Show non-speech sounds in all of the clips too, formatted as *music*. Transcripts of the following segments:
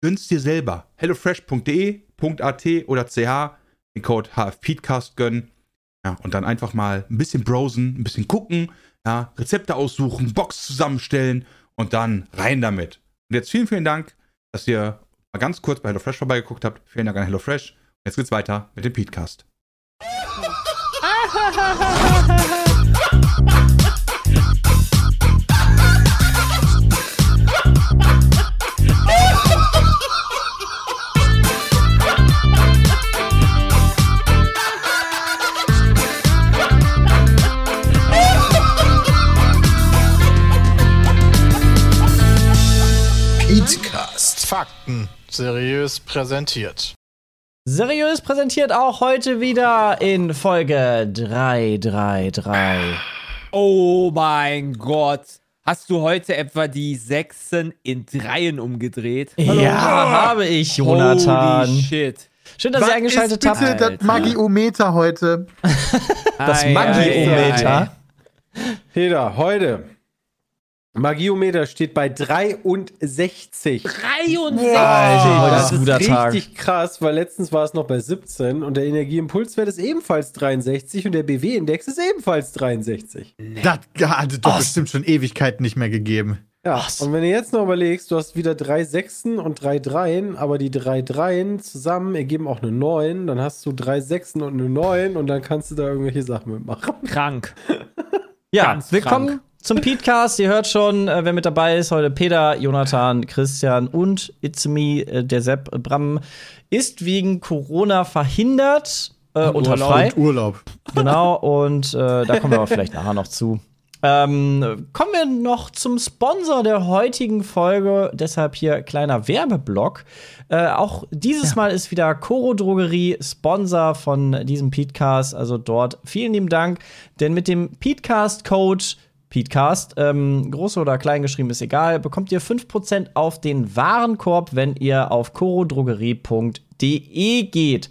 gönn's dir selber. HelloFresh.de, .at oder ch, den Code HFPeedcast gönnen. Ja, und dann einfach mal ein bisschen browsen, ein bisschen gucken, ja, Rezepte aussuchen, Box zusammenstellen und dann rein damit. Und jetzt vielen, vielen Dank, dass ihr mal ganz kurz bei HelloFresh vorbeigeguckt habt. Vielen Dank an HelloFresh. Und jetzt geht's weiter mit dem Podcast. Petecast. Fakten seriös präsentiert. Seriös präsentiert auch heute wieder in Folge 333. Oh mein Gott. Hast du heute etwa die Sechsen in Dreien umgedreht? Ja, habe ich, Jonathan. Holy shit. Schön, dass ihr eingeschaltet ist bitte habt. das Magiometer heute? Das Ei, ei, ei. Magiometer. Peter, heute. Magiometer steht bei 63. 63. Alter, heute ist ein guter Tag. richtig krass, weil letztens war es noch bei 17 und der Energieimpulswert ist ebenfalls 63 und der BW-Index ist ebenfalls 63. Das hat doch bestimmt schon Ewigkeiten nicht mehr gegeben. Ja, und wenn du jetzt noch überlegst, du hast wieder drei Sechsen und drei Dreien, aber die drei Dreien zusammen ergeben auch eine 9, dann hast du drei Sechsen und eine 9 und dann kannst du da irgendwelche Sachen mitmachen. Krank. Ja, Ganz willkommen krank. zum Petecast. Ihr hört schon, äh, wer mit dabei ist heute: Peter, Jonathan, Christian und It's me, äh, der Sepp äh, Bram, ist wegen Corona verhindert äh, unter frei. Und Urlaub. Genau, und äh, da kommen wir aber vielleicht nachher noch zu. Ähm, kommen wir noch zum Sponsor der heutigen Folge, deshalb hier kleiner Werbeblock. Äh, auch dieses Mal ist wieder Coro Drogerie Sponsor von diesem Podcast, also dort vielen lieben Dank, denn mit dem Podcast-Code Petecast, ähm, groß oder klein geschrieben ist egal, bekommt ihr 5% auf den Warenkorb, wenn ihr auf corodrogerie.de E geht.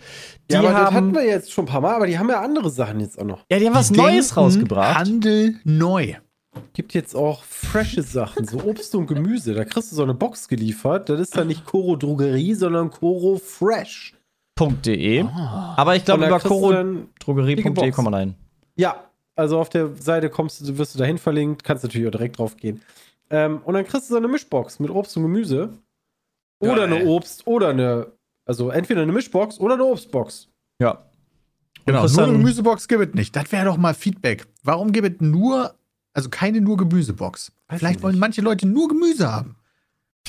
Die ja, aber das haben, hatten wir jetzt schon ein paar Mal, aber die haben ja andere Sachen jetzt auch noch. ja, die haben was Die Neues denken rausgebracht. Handel neu. Genau, Gibt jetzt auch frische Sachen, so Obst und Gemüse. Da kriegst du so eine Box geliefert. Das ist dann nicht Koro Drogerie, sondern Koro Fresh. .de. Aber ich Und glaube, da über kriegst du dann- corodrogerie.de kommt man rein. Ja, also auf der Seite kommst du, wirst du dahin verlinkt, kannst natürlich auch direkt drauf gehen. Ähm, und dann kriegst du so eine Mischbox mit Obst und Gemüse. Oder eine Obst oder eine, also entweder eine Mischbox oder eine Obstbox. Ja. Genau, kriegst nur eine dann- Gemüsebox gibt es nicht. Das wäre doch mal Feedback. Warum gibt es nur, also keine nur Gemüsebox? Weiß Vielleicht ich wollen nicht. manche Leute nur Gemüse haben.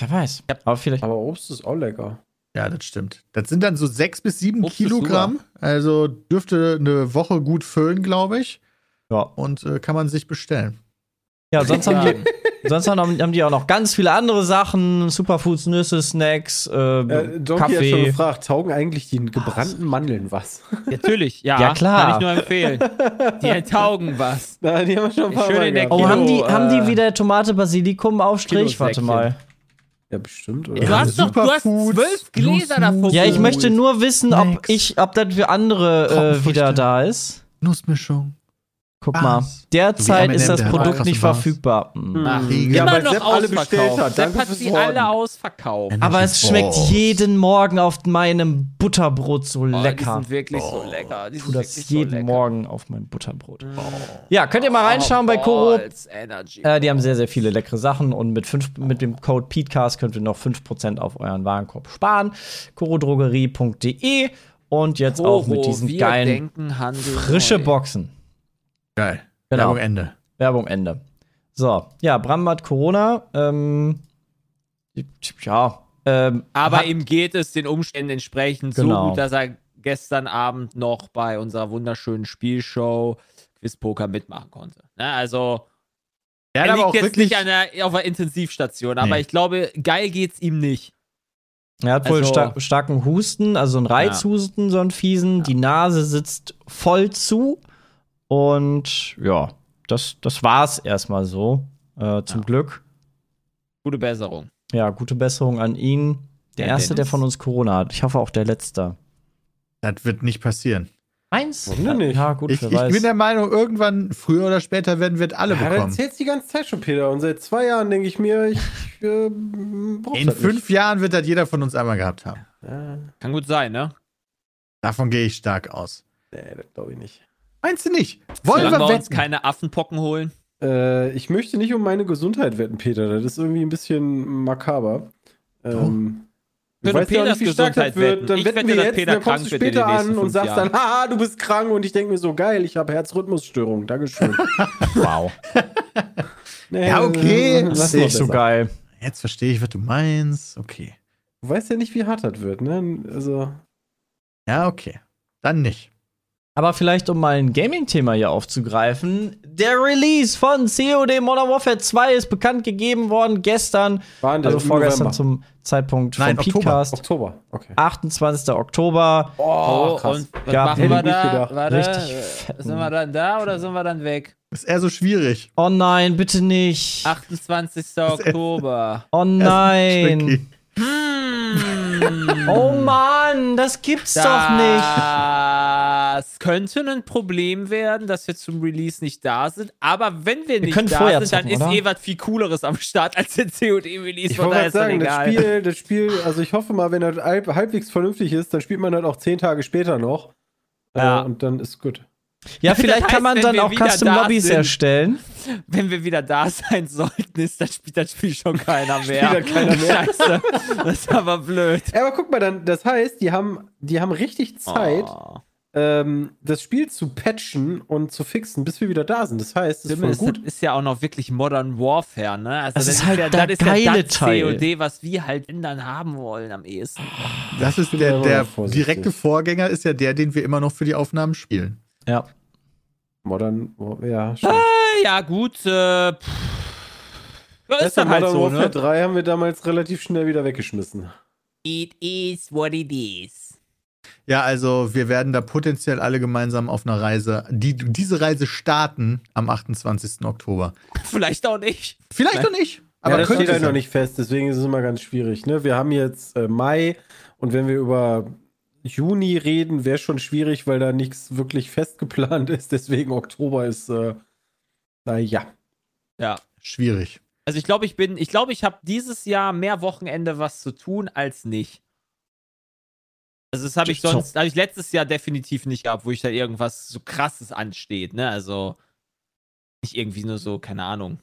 Wer weiß. Aber vielleicht. Aber Obst ist auch lecker. Ja, das stimmt. Das sind dann so sechs bis sieben Obst ist Kilogramm. Also dürfte eine Woche gut füllen, glaube ich. Ja, Und äh, kann man sich bestellen. ja sonst, haben die, *laughs* sonst haben, haben die auch noch ganz viele andere Sachen: Superfoods, Nüsse, Snacks, äh, Äh, Donkey hat schon Kaffee. gefragt, taugen eigentlich die gebrannten Mandeln was? *laughs* Natürlich, ja. Ja, klar. Kann ich nur empfehlen. Die taugen was. Nein, die haben wir schon ein paar Schön Mal in der gehabt. Oh, Kilo, haben die, äh, haben die wieder Tomate, Basilikum Aufstrich? Kilo Warte Säckchen. mal. Ja, bestimmt, oder? Du hast doch du hast Superfoods, zwölf Nussmus. Gläser davon. Ja, ich geholt. möchte nur wissen, ob, Nix. ich, ob das für andere äh, Trockenfrüchte. wieder da ist. Nussmischung. Guck Was? mal. Derzeit So wie ist das M&M, Produkt krass, nicht was? verfügbar. Hm. Ach, Riegel. immer weil noch Sepp alle bestellt hat. ausverkauft. Sepp Danke hat fürs sie Wort. alle ausverkauft. Aber es schmeckt Balls. jeden Morgen auf meinem Butterbrot so Oh, Die lecker. sind wirklich so lecker. Die Ich tue sind das wirklich jeden so lecker. Mm. Oh, Morgen auf mein Butterbrot. Ja, könnt ihr mal reinschauen bei Koro. Balls Energy. Äh, die haben sehr, sehr viele leckere Sachen und mit, fünf, mit dem Code E PETECAST könnt ihr noch 5% auf euren Warenkorb sparen. korodrogerie.de E Und jetzt Toro, auch mit diesen wir geilen denken, handeln frische neu. Boxen. Geil. Genau. Werbung Ende. Werbung Ende. So, ja, Bram hat Corona. Ähm, ja, ähm, Aber hat, ihm geht es den Umständen entsprechend Genau. so gut, dass er gestern Abend noch bei unserer wunderschönen Spielshow Quiz Poker mitmachen konnte. Ne, also Ja, er liegt jetzt nicht an der, auf der Intensivstation, aber Nee. ich glaube, geil geht's ihm nicht. er hat wohl also- sta starken Husten, also einen Reizhusten, so einen fiesen. Die Nase sitzt voll zu. Und ja, das, das war's erstmal so. Äh, zum Glück. Gute Besserung. Ja, gute Besserung an ihn. Der Ja, erste, der Dennis. von uns Corona hat. Ich hoffe auch der letzte. das wird nicht passieren. Eins? Warum denn nicht? Ja, gut, Ich, wer ich weiß. bin der Meinung, irgendwann, früher oder später, werden wir es alle Ja, du bekommen. erzählst die ganze Zeit schon, Peter. Und seit zwei Jahren denke ich mir, ich äh, brauch's In halt fünf Jahren wird das jeder von uns einmal gehabt haben. Nicht. Ja, Kann gut sein, ne? Davon gehe ich stark aus. nee, das glaube ich nicht. Meinst du nicht? Wollen Solange wir wir uns wetten? keine Affenpocken holen. Äh, ich möchte nicht um meine Gesundheit wetten, Peter. Das ist irgendwie ein bisschen makaber. Ähm, Wenn du ja auch Peters Gesundheit wetten. Dann Ich wetten wette, wir dass jetzt, Peter dann kommst du krank wird in den später nächsten an und fünf sagst Jahren. dann, haha, du bist krank. Und ich denke mir so, geil, ich habe Herzrhythmusstörung. Dankeschön. *laughs* wow. Nee, äh, Ja, okay. lass Das ist mal nicht so besser. geil. Jetzt verstehe ich, was du meinst. Okay. Du weißt ja nicht, wie hart das wird, ne? Also, Ja, okay. Dann nicht. Aber vielleicht, um mal ein Gaming-Thema hier aufzugreifen, der Release von COD Modern Warfare 2 ist bekannt gegeben worden gestern, waren also vorgestern November. zum Zeitpunkt Nein, vom Oktober. Podcast, Oktober. Okay. 28. Oktober. Oh, krass. und was Ja, machen hätte wir ich nicht da? gedacht. Warte, Richtig äh, fetten- sind wir dann da oder sind wir *laughs* dann weg? Ist eher so schwierig. Oh nein, bitte nicht. 28. *laughs* Oktober. oh nein. Tricky. Hm. Oh Mann, das gibt's doch nicht. Das könnte ein Problem werden, dass wir zum Release nicht da sind. Aber wenn wir nicht können vorher da sind, dann zocken, oder? ist eh was viel Cooleres am Start als der COD-Release. Ich wollte daher gerade ist das sagen, das egal. Spiel, das Spiel, also ich hoffe mal, wenn das halb, halbwegs vernünftig ist, dann spielt man das auch zehn Tage später noch. Ja. Äh, und dann ist gut. Ja, Das vielleicht heißt, kann man wenn dann wir auch wieder Custom da Lobbies sind. erstellen. Wenn wir wieder da sein sollten, ist das Spiel, das Spiel schon keiner mehr. Spielt dann keiner mehr. Scheiße. Das ist aber blöd. Ja, aber guck mal, dann, das heißt, die haben, die haben richtig Zeit, Oh. ähm, das Spiel zu patchen und zu fixen, bis wir wieder da sind. Das heißt, es ist Stimme voll ist, gut. ist ja auch noch wirklich Modern Warfare, ne? Also Das ist halt ja, der das geile das Teil. COD, was wir halt wenn dann haben wollen am ehesten. Das ist bin der, aber der vorsichtig. direkte Vorgänger ist ja der, den wir immer noch für die Aufnahmen spielen. Ja. Modern, War- Ah, ja, schon. Ja, gut, äh, pff. Ja, ist Weißt du, dann halt Modern so, Warfare ne? 3 haben wir damals relativ schnell wieder weggeschmissen. It is what it is. Ja, also wir werden da potenziell alle gemeinsam auf einer Reise, die, diese Reise starten am 28. Oktober. *laughs* Vielleicht auch nicht. Vielleicht noch nicht, aber ja, das könnte steht halt sein. noch nicht fest, deswegen ist es immer ganz schwierig. Ne? Wir haben jetzt äh, Mai und wenn wir über Juni reden, wäre schon schwierig, weil da nichts wirklich fest geplant *laughs* ist. Deswegen Oktober ist, äh, naja. Ja. Schwierig. Also ich glaube, ich bin, ich glaube, ich habe dieses Jahr mehr Wochenende was zu tun als nicht. Also das habe ich So. sonst, habe ich letztes Jahr definitiv nicht gehabt, wo ich da irgendwas so krasses ansteht, ne? Also nicht irgendwie nur so, keine Ahnung,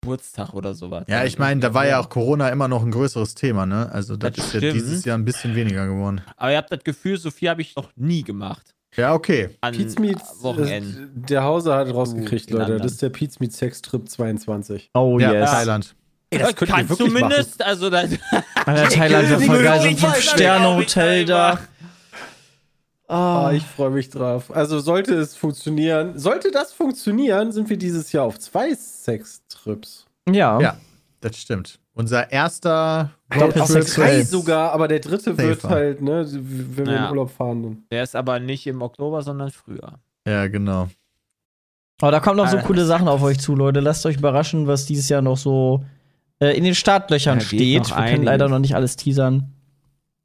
Geburtstag oder sowas. Also Ja, ich meine, da war ja auch Corona immer noch ein größeres Thema, ne? Also das, Das ist ja stimmt. dieses Jahr ein bisschen weniger geworden. Aber ihr habt das Gefühl, so viel habe ich noch nie gemacht. Ja, okay. An Pete's Meets, Wochenenden. äh, der Hauser hat rausgekriegt, den Leute. anderen. Das ist der Pete's Meets Sex Trip 22. Oh ja, yes. Thailand. das könnt ihr Kannst wirklich Äh, zumindest, also das, Alter, Thailand wäre voll geil. So ein Ich weiß, 5-Sterne-Hotel da. Ah, Ah, Oh, ich freue mich drauf. Also sollte es funktionieren, sollte das funktionieren, sind wir dieses Jahr auf zwei Sex-Trips. ja. Ja. Das stimmt. Unser erster Doppel- Roadtrip Sex- Drei Safe. sogar, aber der dritte wird Safer. halt, ne, wenn wir Ja. in Urlaub fahren. Dann. der ist aber nicht im Oktober, sondern früher. Ja, genau. Aber da kommen noch so Alter. coole Sachen auf euch zu, Leute. Lasst euch überraschen, was dieses Jahr noch so äh, in den Startlöchern Da geht steht. noch Wir können einiges. leider noch nicht alles teasern.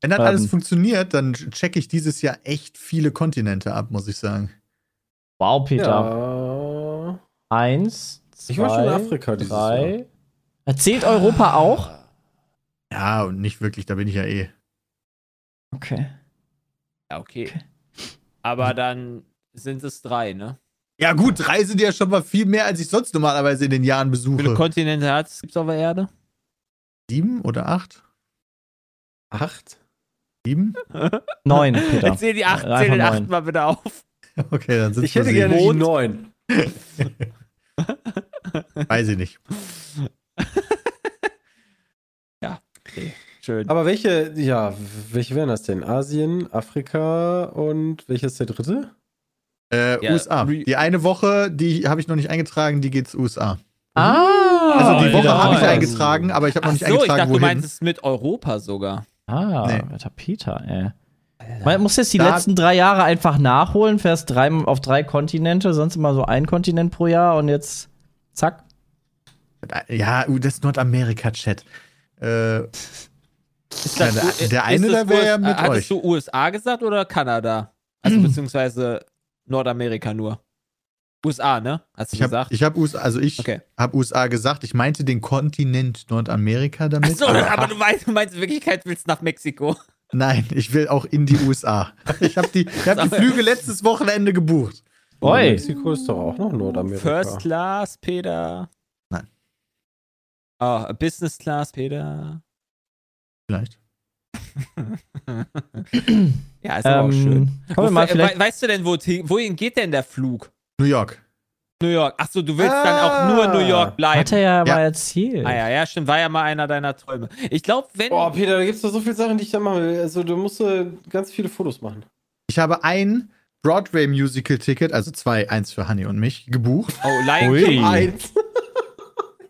Wenn das Ähm. alles funktioniert, dann checke ich dieses Jahr echt viele Kontinente ab, muss ich sagen. Wow, Peter. Ja. Eins, zwei, Ich war schon in Afrika dieses Jahr. drei. Erzählt Europa auch? Ja, und nicht wirklich, da bin ich ja eh. Okay. Ja, okay. Aber dann sind es drei, ne? Ja, gut, drei sind ja schon mal viel mehr, als ich sonst normalerweise in den Jahren Wie viele besuche. Kontinente hat es auf der Erde? Sieben oder acht? Acht? Sieben? *laughs* Neun, Peter. Erzähl die acht, Einfach zähl den neun. achten mal bitte auf. Okay, dann sind Ich hätte gerne die neun. *laughs* Weiß ich nicht. Schön. Aber welche, ja, welche wären das denn? Asien, Afrika und welcher ist der dritte? Äh, Ja, USA. re- Die eine Woche, die habe ich noch nicht eingetragen, die geht zu USA. Ah, Also die Oh, Woche ja. habe ich Ja. eingetragen, aber ich habe noch Ach nicht so, ich eingetragen, dachte, wohin. du meinst es mit Europa sogar. Ah, Nee. alter Peter, ey. Man muss jetzt die Da- letzten drei Jahre einfach nachholen, fährst drei, auf drei Kontinente, sonst immer so ein Kontinent pro Jahr und jetzt zack. ja, uh, das ist Nordamerika-Chat. Äh, Ist Ja, der- der eine, das der wär ja US- mit Hattest euch. du USA gesagt oder Kanada? *clears throat* Also beziehungsweise Nordamerika nur. USA, ne? Hast du ich habe gesagt? ich hab USA, also ich Okay. habe USA gesagt, ich meinte den Kontinent Nordamerika damit. Achso, aber- aber du weißt, du meinst in Wirklichkeit willst du nach Mexiko. Nein, ich will auch in die USA. Ich habe die, ich *laughs* hab die Flüge letztes Wochenende gebucht. Oi. Mexiko ist doch auch noch Nordamerika. First Class, Peter. Nein. Ah, Business Class, Peter. Vielleicht. Ja, ist aber auch schön. Ähm, Kommen wir mal Wofür- äh, vielleicht. we- weißt du denn, wohin, wohin geht denn der Flug? New York. New York. Achso, du willst dann Ah. auch nur New York bleiben. Hat er ja, Ja. mal erzählt. Ah ja, ja, stimmt. War ja mal einer deiner Träume. Ich glaube, wenn. Boah, Oh, Peter, da gibt's doch so viele Sachen, die ich da machen will. Also, du musst äh, ganz viele Fotos machen. Ich habe ein Broadway-Musical-Ticket, also zwei, eins für Honey und mich, gebucht. oh, Lion Ui. King. Eins.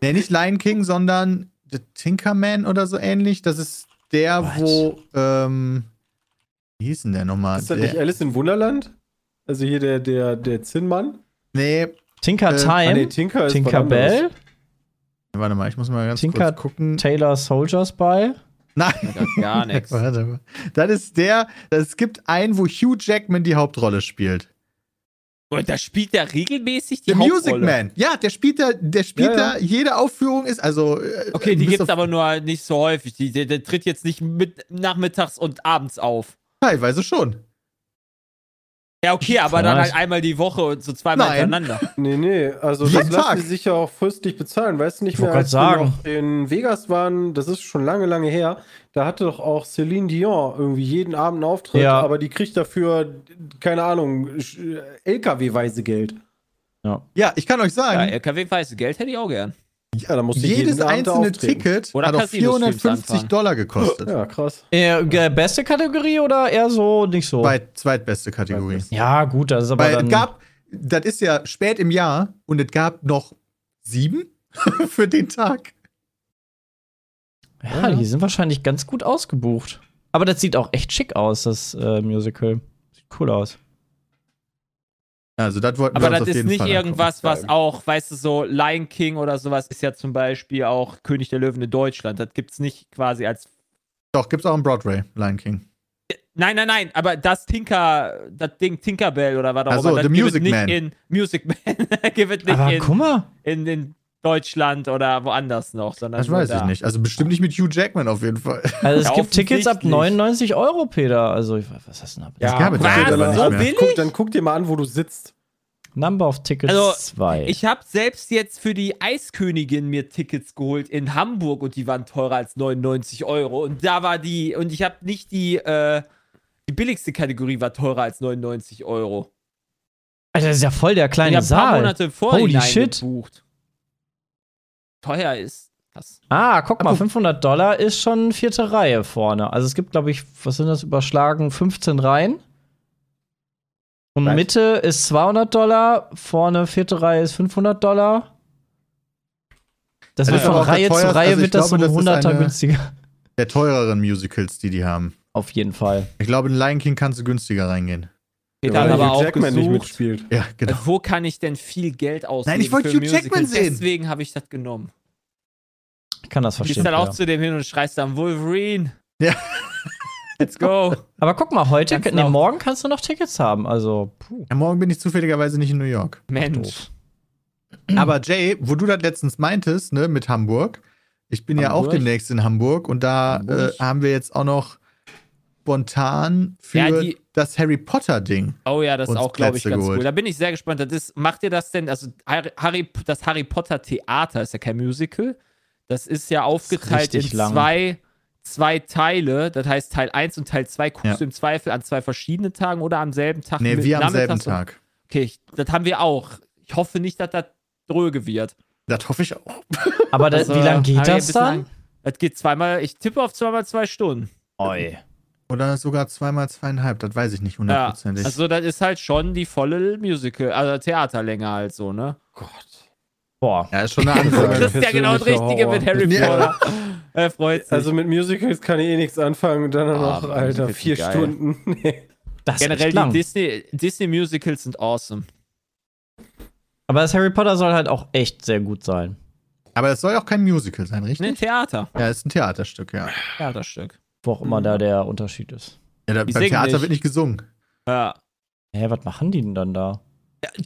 Nee, nicht Lion King, sondern The Tinkerman oder so ähnlich. Das ist der, What? wo. Ähm, wie hieß denn der nochmal? Ist das Der- nicht Alice in Wunderland? Also hier der, der, der Zinnmann? Nee, Tinker Äh, Ah, nee, Time, Tinker ist Tinker was anderes. Bell, warte mal, ich muss mal ganz Tinker- kurz gucken. Taylor Soldier Spy. Nein. Sagt *laughs* Gar nichts. Warte mal. Das ist der, es gibt einen, wo Hugh Jackman die Hauptrolle spielt. Und da spielt der regelmäßig die Der Hauptrolle. Music Man. Ja, der spielt da, der spielt Ja, ja. da, jede Aufführung ist, also. äh, Okay, die bis gibt's auf- aber nur halt nicht so häufig. Die, der, der tritt jetzt nicht mit nachmittags und abends auf. Teilweise schon. Ja, okay, aber dann Krass. halt einmal die Woche und so zweimal Nein. hintereinander. Nee, nee, also Jeden das lassen Tag. die sich ja auch fürstlich bezahlen. Weißt du nicht Ich mehr, wollt als wir grad sagen. noch in Vegas waren, das ist schon lange, lange her, da hatte doch auch Celine Dion irgendwie jeden Abend einen Auftritt, Ja. aber die kriegt dafür, keine Ahnung, Sch- äh, LKW-weise Geld. Ja, ich kann euch Ja, sagen, LKW weiße Geld hätte ich auch gern. Ja, da musste ich jedes jeden Abend einzelne auftreten. Ticket Oder hat auch Casinos-Streams 450 anfangen. Dollar gekostet. Ja, krass. Äh, ge- beste Kategorie oder eher so nicht so? Zweit, zweitbeste Kategorie. ja, gut, das ist aber Weil dann. es gab, das ist ja spät im Jahr und es gab noch sieben *laughs* für den Tag. ja, die sind wahrscheinlich ganz gut ausgebucht. Aber das sieht auch echt schick aus, das äh, Musical. Sieht cool aus. Also das wollten Aber wir uns das auf ist jeden nicht Fall angucken. irgendwas, was auch, weißt du, so Lion King oder sowas ist ja zum Beispiel auch König der Löwen in Deutschland. Das gibt's nicht quasi als. Doch, gibt's auch im Broadway, Lion King. Nein, nein, nein, aber das Tinker, das Ding Tinkerbell oder was auch Ach so, immer, das The gibt es Music nicht Man. in Music Man, *laughs* gibt es aber nicht guck mal. in, in, in Deutschland oder woanders noch, sondern Das nur weiß da. ich nicht. Also bestimmt nicht mit Hugh Jackman auf jeden Fall. *laughs* Also es Ja, gibt Tickets ab offensichtlich. 99 Euro, Peter. Also ich, was ist denn ab? Ja, gab es was? leider nicht So mehr. billig? Guck, dann guck dir mal an, wo du sitzt. Number of Tickets Also, 2. Ich habe selbst jetzt für die Eiskönigin mir Tickets geholt in Hamburg und die waren teurer als 99 Euro. Und da war die, und ich habe nicht die, äh, die billigste Kategorie war teurer als 99 Euro. Alter, das ist ja voll der ich kleine habe ein paar Saal. Monate vorher Holy shit. gebucht. Teuer ist das. Ah, guck mal, 500 Dollar ist schon vierte Reihe vorne. Also es gibt, glaube ich, was sind das, überschlagen 15 Reihen. Und Was? Mitte ist 200 Dollar, vorne vierte Reihe ist 500 Dollar. Das Das wird ist von aber auch der Reihe zu teuerste- Reihe also ich wird das glaube, das um ist 100er eine- günstiger. Der teureren Musicals, die die haben. Auf jeden Fall. Ich glaube, in Lion King kannst du günstiger reingehen. Peter hat Weil aber Hugh auch Jackman nicht gesucht. Also, mitspielt. Ja, genau. Wo kann ich denn viel Geld ausgeben? Nein, ich wollte für Hugh Musicals? Jackman sehen. Deswegen habe ich das genommen. Ich kann das Du verstehen. gehst dann halt auch Peter. zu dem hin und schreist dann Wolverine. Ja. Let's go. Aber guck mal, heute, Ganz nee, laut. morgen kannst du noch Tickets haben. Also, puh. Ja, morgen bin ich zufälligerweise nicht in New York. Mensch. Aber Jay, wo du das letztens meintest, ne, mit Hamburg. Ich bin ja auch Hamburg? demnächst in Hamburg und da äh, Hamburg? haben wir jetzt auch noch spontan für Ja, die- das Harry Potter Ding. Oh ja, das ist uns auch, glaube ich, Plätze ganz geholt. cool. Da bin ich sehr gespannt. Das ist, macht ihr das denn? Also, Harry, Harry- das Harry Potter Theater ist ja kein Musical. Das ist ja aufgeteilt in richtig lang. zwei, zwei Teile, das heißt Teil 1 und Teil 2 guckst Ja. du im Zweifel an zwei verschiedenen Tagen oder am selben Tag. Nee, mit- wir am selben nachmittags und- Tag. Okay, ich, das haben wir auch. Ich hoffe nicht, dass das dröge wird. Das hoffe ich auch. Aber da, Also, Äh, wie lange hab geht ich ein das bisschen dann? Ang- Das geht zweimal, ich tippe auf zweimal zwei Stunden. Oi. Oder sogar zweimal zweieinhalb, das weiß ich nicht Ja, hundertprozentig. also das ist halt schon die volle Musical, also Theaterlänge halt so, ne? Gott. Boah. ja, ist schon eine Das Ansage. ist ja genau das Richtige mit Harry Ja. Potter. Er freut sich. Also mit Musicals kann ich eh nichts anfangen und dann Ah, noch, aber Alter, Musicals vier sind geil. Stunden. *laughs* Nee. Das ist Generell echt die lang. Disney, Disney Musicals sind awesome. Aber das Harry Potter soll halt auch echt sehr gut sein. Aber es soll auch kein Musical sein, Ne, richtig? Theater. Ja, ist ein Theaterstück, ja. Theaterstück. Wo auch Mhm. immer da der Unterschied ist. ja da, Die beim singen Theater nicht. wird nicht gesungen. Ja. Hä, was machen die denn dann da?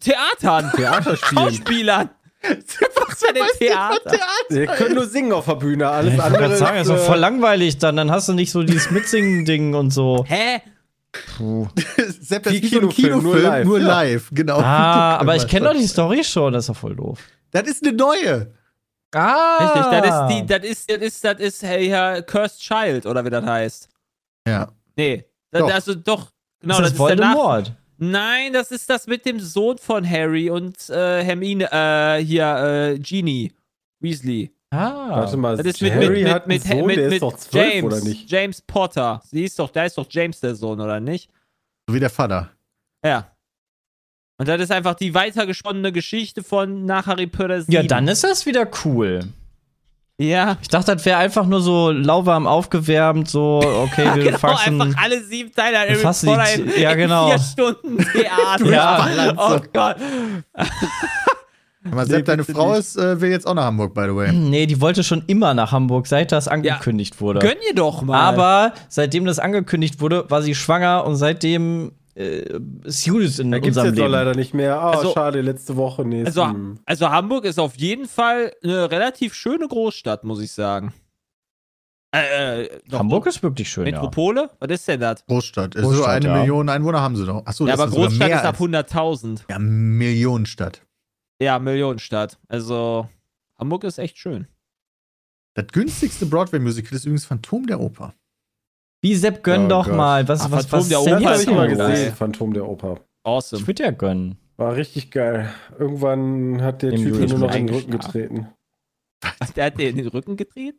Theatern. Schauspielern. Was für ein Theater? Wir können nur singen auf der Bühne, alles Ich andere. wollte sagen, das ist, ist doch voll äh, langweilig dann. Dann hast du nicht so dieses Mitsingen-Ding und *laughs* so. Hä? Puh. *laughs* Sepp, das Wie ist wie so ein Kinofilm, nur Kinofilm, nur live, live. Ja. genau. Ah, aber ich Weißt kenne du. doch die Story schon. Das ist doch voll doof. Das ist eine neue. Ah. Richtig, das ist die, das ist, das ist, das ist, hey, ja, Cursed Child, oder wie das heißt. Ja. Nee. Das, Doch. Also doch. Genau, ist das, danach. Voldemort. Nein, das ist das mit dem Sohn von Harry und äh, Hermine, äh, hier, äh, Genie. Weasley. Ah. Warte mal, Das ist mit, mit, Harry mit, hat einen mit, Sohn, mit, der mit ist doch zwölf, James, oder nicht? James Potter. Sie ist doch, da ist doch James der Sohn, oder nicht? So wie der Vater. Ja. Und das ist einfach die weitergesponnene Geschichte von nach Harry Potter 7. Ja, dann ist das wieder cool. Ja. Ich dachte, das wäre einfach nur so lauwarm aufgewärmt, so, *laughs* okay, wir Genau, fassen. einfach alle sieben Teile an Harry fassen Potter die- in, ja, in genau. vier Stunden Theater. Ja. Oh Gott. Aber Sepp, deine bitte Frau ist, äh, will jetzt auch nach Hamburg, by the way. Nee, die wollte schon immer nach Hamburg, seit das angekündigt wurde. Gönn ihr doch mal. Aber seitdem das angekündigt wurde, war sie schwanger und seitdem äh, ist Judith in Da gibt's unserem jetzt doch Leben. leider nicht mehr. Ah, Also- schade, letzte Woche. Nee, also, hm. also Hamburg ist auf jeden Fall eine relativ schöne Großstadt, muss ich sagen. Äh, äh, doch, Hamburg ist wirklich schön, ja. Metropole? Was ist denn das? Großstadt. Großstadt so Großstadt, eine ja. Million Einwohner haben sie doch. Achso, Ja, das aber ist sogar Großstadt mehr ist als- ab 100.000. Ja, Millionenstadt. Ja, Millionenstadt. Also, Hamburg ist echt schön. Das günstigste Broadway-Musical ist übrigens Phantom der Oper. Wie Sepp, gönn Oh doch Gott. mal. Was, Ach, was, Ah, Phantom was der ist Oper denn Das hab habe jetzt ich mal los? gesehen, Phantom der Oper. Ich Awesome. würde ja gönnen. War richtig geil. Irgendwann hat der Dem Typ mir Julius nur noch in den eigentlich Rücken getreten. Der hat dir in den Rücken getreten?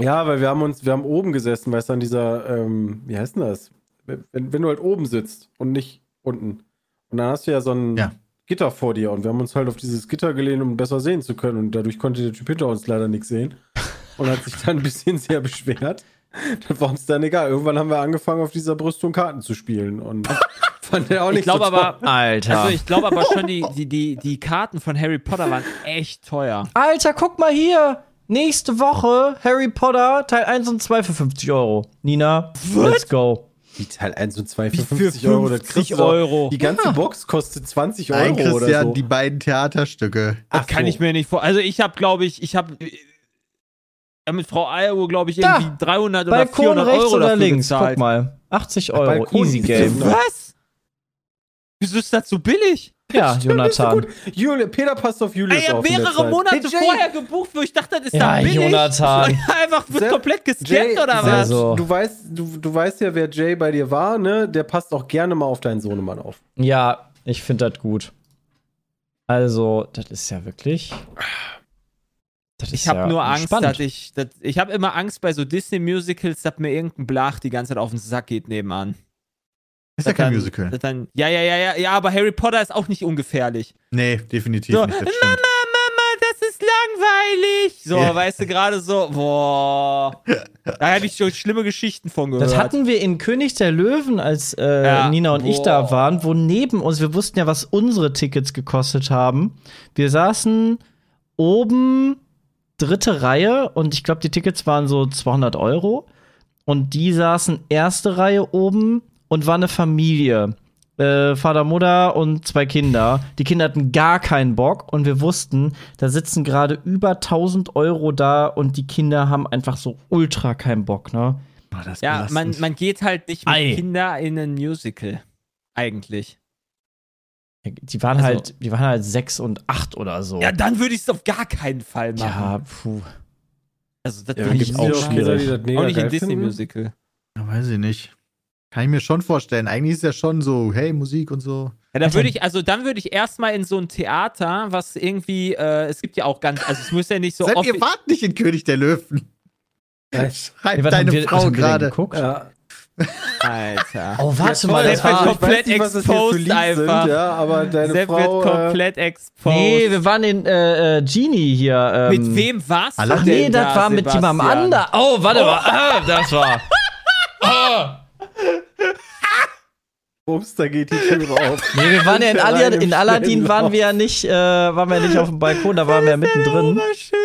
Ja, weil wir haben uns, wir haben oben gesessen, weißt du, an dieser, ähm, wie heißt denn das? Wenn, wenn wenn du halt oben sitzt und nicht unten. Und dann hast du ja so ein Ja. Gitter vor dir und wir haben uns halt auf dieses Gitter gelehnt, um besser sehen zu können. Und dadurch konnte der Typ hinter uns leider nichts *laughs* sehen. Und hat sich dann ein bisschen sehr beschwert. Dann war uns dann egal. Irgendwann haben wir angefangen, auf dieser Brüstung Karten zu spielen. *laughs* Und fand er auch nicht Ich glaube so toll. aber, Alter. also ich glaube aber schon, die, die, die, die Karten von Harry Potter waren echt teuer. Alter, guck mal hier. Nächste Woche Harry Potter Teil 1 und 2 für 50 Euro. Nina, let's go. Die Teil 1 und 2 für Wie 50 für Euro. das kriegst 50 du doch- Euro? Die ganze Box kostet 20 Euro Ein oder Christian, so. die beiden Theaterstücke. Das Ach kann so. ich mir nicht vor. Also ich habe, glaube ich, ich habe äh, mit Frau Eieruhr, glaube ich, Da! irgendwie 300 oder Balkon 400 rechts Euro oder dafür links? Guck gezahlt. mal. 80 Euro. Balkon Easy ist Game. *laughs* so- Was? Wieso ist das so billig? Ja, Jonathan. Gut. Juli, Peter passt auf Julius Ey, Ah, ja, auf. in der mehrere Zeit. Monate Hey, Jay, vorher gebucht, wo ich dachte, das ist Ja, da billig. *laughs* Jonathan. Einfach wird Sepp, komplett Jay, gescampt oder Sepp, was? Also- Du, weißt, du, du weißt ja, wer Jay bei dir war, ne? Der passt auch gerne mal auf deinen Sohnemann auf. Ja, ich finde das gut. Also, das ist ja wirklich. Das ist Ich habe ja nur Angst, spannend. dass ich, dass, ich habe immer Angst bei so Disney-Musicals, dass mir irgendein Blach die ganze Zeit auf den Sack geht nebenan. Ist ja Dass kein dann- Musical. dass Dann, ja, ja, ja, ja, ja, aber Harry Potter ist auch nicht ungefährlich. Nee, definitiv So, nicht. Mama, Das stimmt. Mama, das ist langweilig. So, Ja. weißt du, gerade so, boah. Da habe ich schon schlimme Geschichten von gehört. Das hatten wir in König der Löwen, als äh, Ja, Nina und ich boah. da waren, wo neben uns, wir wussten ja, was unsere Tickets gekostet haben. Wir saßen oben dritte Reihe und ich glaube, die Tickets waren so 200 Euro. Und die saßen erste Reihe oben und war eine Familie. Äh, Vater, Mutter und zwei Kinder. Die Kinder hatten gar keinen Bock und wir wussten, da sitzen gerade über 1000 Euro da und die Kinder haben einfach so ultra keinen Bock, ne? Oh, das ist ja, man, belastend. man geht halt nicht mit Ei. Kindern in ein Musical. Eigentlich. Die waren Also- halt, die waren halt sechs und acht oder so. Äh, Ja, dann würde ich es auf gar keinen Fall machen. Ja, puh. Also, das Ja, finde gibt's ich auch auch schon. schwierig. die das mega Auch nicht geil in Disney finden. Musical. Ja, weiß ich nicht. Kann ich mir schon vorstellen. Eigentlich ist ja schon so, hey, Musik und so. Ja, dann würde ich, also dann würde ich erstmal in so ein Theater, was irgendwie, äh, es gibt ja auch ganz, also es muss ja nicht so Seid offi- ihr wart nicht in König der Löwen. Schreibt Äh, Ey, was haben deine wir- was Frau haben wir denn gerade. geguckt? Ja, Alter. Oh, warte ja, mal, toll, das wird war, ich weiß nicht, was das hier für exposed Lied sind, einfach. Ja, aber deine Sepp Frau. äh, wird komplett exposed. Nee, wir waren in äh, äh, Genie hier. Ähm, mit wem warst du Ach denn Ach nee, das da, war mit Sebastian? jemandem anderen. Oh, warte mal. Ah, das war. äh, Bums, da geht die *laughs* Tür auf. Nee, wir waren ja in, Ich Alia, allein im in Aladdin Schnellen waren wir ja nicht, äh, waren wir ja nicht auf dem Balkon, Oh, da waren wir ja mittendrin. Oh, shit.